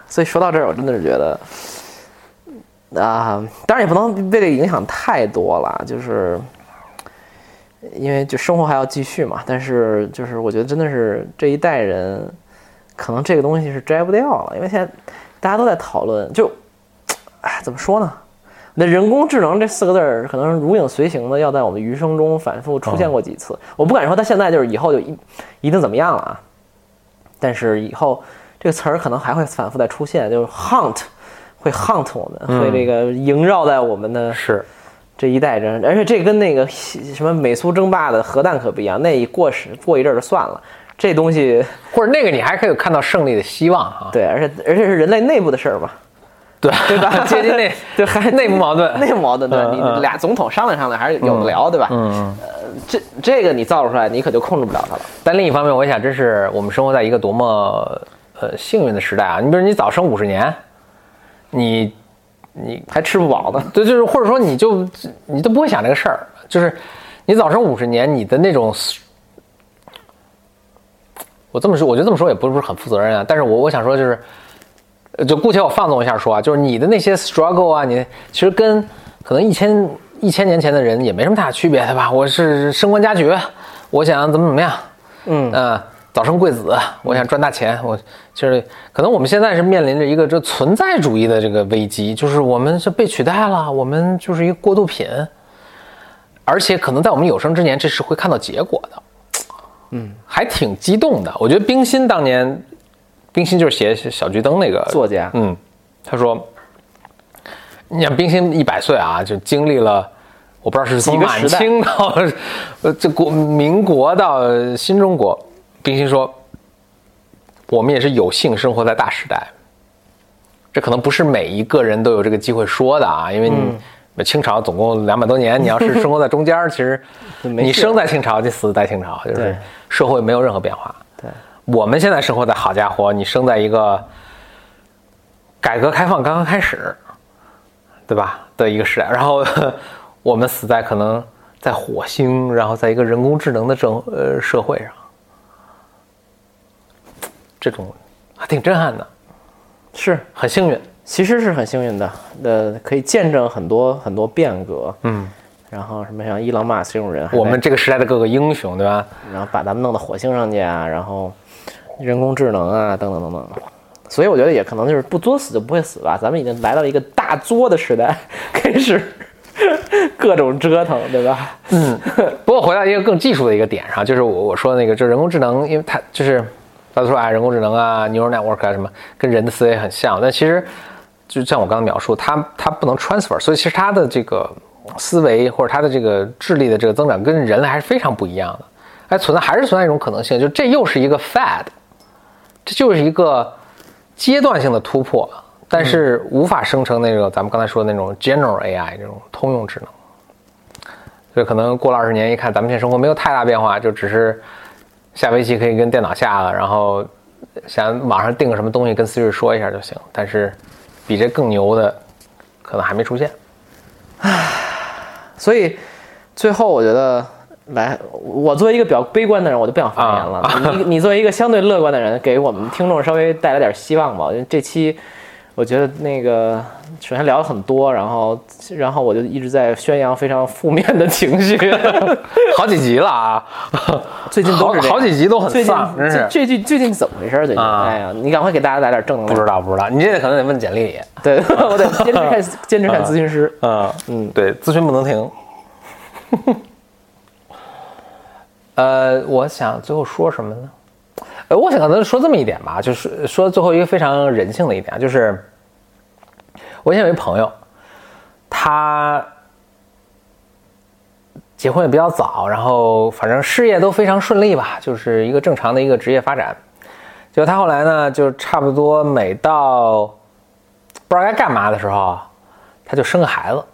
所以说到这儿，我真的是觉得，啊、当然也不能被这个影响太多了，就是因为就生活还要继续嘛。但是就是我觉得真的是这一代人，可能这个东西是摘不掉了，因为现在大家都在讨论，就，哎，怎么说呢？那人工智能这四个字儿，可能是如影随形的，要在我们余生中反复出现过几次。我不敢说它现在就是以后就一一定怎么样了啊，但是以后这个词儿可能还会反复再出现，就是 hunt，会 hunt 我们，会这个萦绕在我们的
是，
这一代人，而且这跟那个西什么美苏争霸的核弹可不一样，那一过时过一阵儿就算了，这东西
或者那个你还可以看到胜利的希望啊，
对，而且而且是人类内部的事儿嘛，
对对吧？ 接近内
对，还
内部矛盾，
内部矛盾，对
嗯
你
嗯
俩总统商量商量还是有的聊，对吧？呃
嗯，
这这个你造出来，你可就控制不了它了。
但另一方面，我也想，真是我们生活在一个多么呃幸运的时代啊！你比如你早生五十年，你你还吃不饱呢，对，就是或者说你就你都不会想这个事儿，就是你早生五十年，你的那种，我这么说，我觉得这么说也不是很负责任啊。但是我我想说就是，呃就姑且我放纵一下说啊，就是你的那些 struggle 啊，你其实跟可能一千一千年前的人也没什么太大区别，对吧？我是升官加爵，我想怎么怎么样，
嗯
呃早生贵子，我想赚大钱。我就是可能我们现在是面临着一个这存在主义的这个危机，就是我们是被取代了，我们就是一个过渡品，而且可能在我们有生之年，这是会看到结果的。嗯，还挺激动的。我觉得冰心当年，冰心就是写《小桔灯》那个
作家
嗯，他说，你看冰心一百岁啊，就经历了，我不知道是从
几个
满
时代
清到 呃这国民国到呃新中国，冰心说，我们也是有幸生活在大时代。这可能不是每一个人都有这个机会说的啊，因为你、
嗯
清朝总共两百多年，你要是生活在中间儿，其实
没
你
事啊
生在清朝，你死在清朝，就是
对
社会没有任何变化。
对，
我们现在生活在好家伙，你生在一个改革开放刚刚开始，对吧的一个时代，然后 我们死在可能在火星，然后在一个人工智能的整呃社会上，这种还挺震撼的，
是，
很幸运。
其实是很幸运的，呃，可以见证很多很多变革，嗯，然后什么像伊朗马斯克这种人还在，
我们这个时代的各个英雄，对吧？
然后把咱们弄到火星上去啊，然后人工智能啊，等等等等。所以我觉得也可能就是不作死就不会死吧，咱们已经来到了一个大作的时代，开始各种折腾，对吧？
嗯 不过回到一个更技术的一个点上，就是我我说那个，就是人工智能，因为它就是大家都说啊，人工智能啊，neural network 啊什么，跟人的思维很像，但其实就像我刚才描述，它它不能 transfer，所以其实它的这个思维或者它的这个智力的这个增长跟人类还是非常不一样的，还存在还是存在一种可能性，就这又是一个 fad，这就是一个阶段性的突破，但是无法生成那种咱们刚才说的那种 general AI 这种通用智能。所以可能过了二十年一看，咱们现在生活没有太大变化，就只是下围棋可以跟电脑下了，然后想网上订个什么东西跟 Siri 说一下就行。但是比这更牛的可能还没出现。
所以最后我觉得。来，我作为一个比较悲观的人，我就不想发言了。
啊
你你作为一个相对乐观的人，给我们听众稍微带来点希望吧。因为这期我觉得那个首先聊了很多，然后然后我就一直在宣扬非常负面的情绪。
好几集了啊，
最近都是这
好
样
好几集都很
最近
丧，真是
这最近最近怎么回事儿？最近、
啊
哎呀，你赶快给大家来点正能
不
量。
知道不知道。你这可能得问简历里。
对， 我得兼职 看兼职看咨询师。
嗯嗯，对，咨询不能停。 呃，我想最后说什么呢？呃，我想可能说这么一点吧，就是说最后一个非常人性的一点啊，就是我以前有一朋友，他结婚也比较早，然后反正事业都非常顺利吧，就是一个正常的一个职业发展。结果他后来呢，就差不多每到不知道该干嘛的时候啊，他就生个孩子。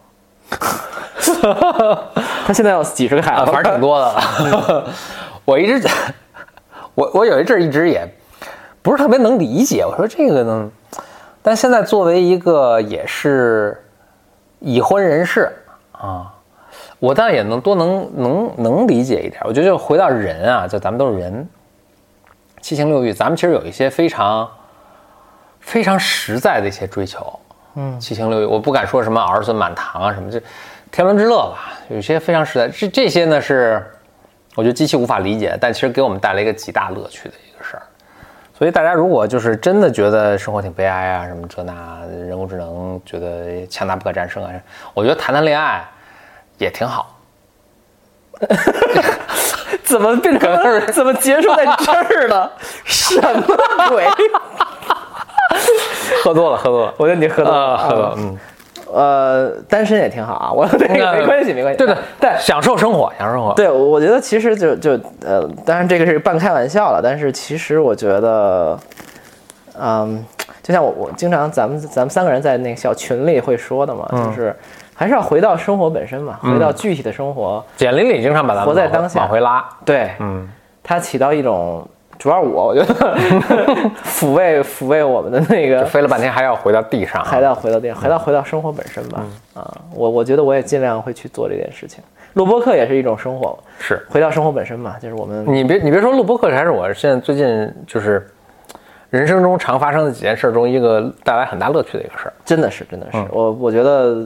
他现在有几十个孩
啊，
子，
反正挺 多的。 我一直，我我有一阵儿一直也不是特别能理解，我说这个呢，但现在作为一个也是已婚人士啊，我倒也能多能能能理解一点。我觉得就回到人啊，就咱们都是人，七情六欲，咱们其实有一些非常非常实在的一些追求。嗯，七情六欲，我不敢说什么儿孙满堂啊什么，这天伦之乐吧，有些非常实在。这这些呢是我觉得机器无法理解，但其实给我们带来一个极大乐趣的一个事儿。所以大家如果就是真的觉得生活挺悲哀啊，什么这那，人工智能觉得强大不可战胜啊，我觉得谈谈恋爱也挺好。
怎么变 成怎么结束在这儿了？什么鬼？
喝多了，喝多了，
我觉得你喝多了
啊，喝多了，嗯，
呃，单身也挺好啊，我 那个没关系，没关系。
对对，
但
享受生活，享受生活，
对，我觉得其实就就呃，当然这个是半开玩笑了，但是其实我觉得，嗯，就像我我经常咱们咱们三个人在那个小群里会说的嘛，
嗯
就是还是要回到生活本身嘛，回到具体的生活，
简林里经常把咱们
活在
往回
当下
往回拉，
对，
嗯，
它起到一种主要是我，我觉得 抚慰抚慰我们的那个
就飞了半天还要回到地上啊，
还到回到电，回到回到生活本身吧。
嗯
啊，我我觉得我也尽量会去做这件事情。录播课也是一种生活，
是
回到生活本身嘛，就是我们
你别你别说录播课，还是我现在最近就是人生中常发生的几件事中一个带来很大乐趣的一个事儿。
真的是真的是、
嗯
我我觉得，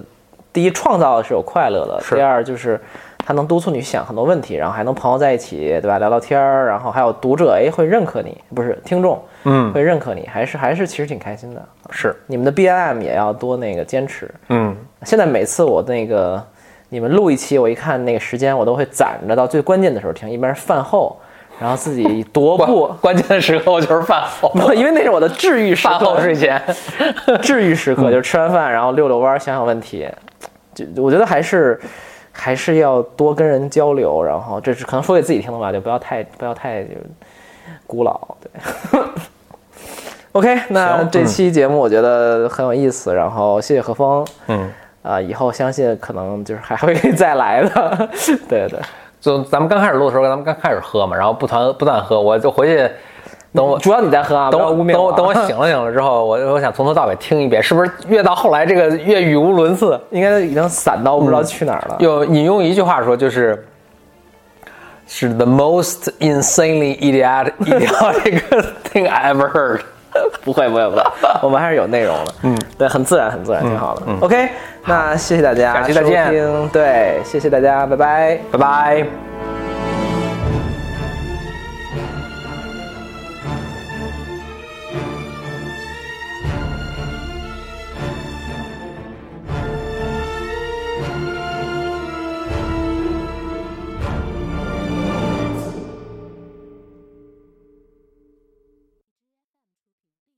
第一创造是有快乐的，
是
第二就是它能督促你想很多问题，然后还能朋友在一起，对吧？聊聊天儿，然后还有读者哎会认可你，不是听众，
嗯，
会认可你，还是还是其实挺开心的。
是，
你们的 B N M 也要多那个坚持，
嗯，
现在每次我那个你们录一期，我一看那个时间，我都会攒着到最关键的时候听，一般是饭后，然后自己踱
关。
步
关键的时刻就是饭后，
不，因为那是我的治愈时
饭后
刻，
睡前， 嗯
治愈时刻，就是吃完饭然后溜溜弯儿，想想问题。就我觉得还是还是要多跟人交流，然后这是可能说给自己听的吧，就不要太不要太就古老。对 ，OK，那
行
这期节目我觉得很有意思，然后谢谢何峰。
嗯，
啊、以后相信可能就是还会 再来的， 对对，
就咱们刚开始录的时候，咱们刚开始喝嘛，然后不团不断喝，我就回去等我
主要你在喝啊，
等
不要
我
污蔑
等我
啊
等我醒了醒了之后，我我想从头到尾听一遍，是不是越到后来这个越语无伦次？
应该已经散到
嗯
不知道去哪儿了。
有你用一句话说就是。是 the most insanely idiotic idiotic thing I ever heard。
不会不会不会， 我们还是有内容的。嗯，对，很自然，很自然，挺好的。OK，那谢谢大
嗯
家，
下期再见。
对，谢谢大家，拜拜。
拜拜。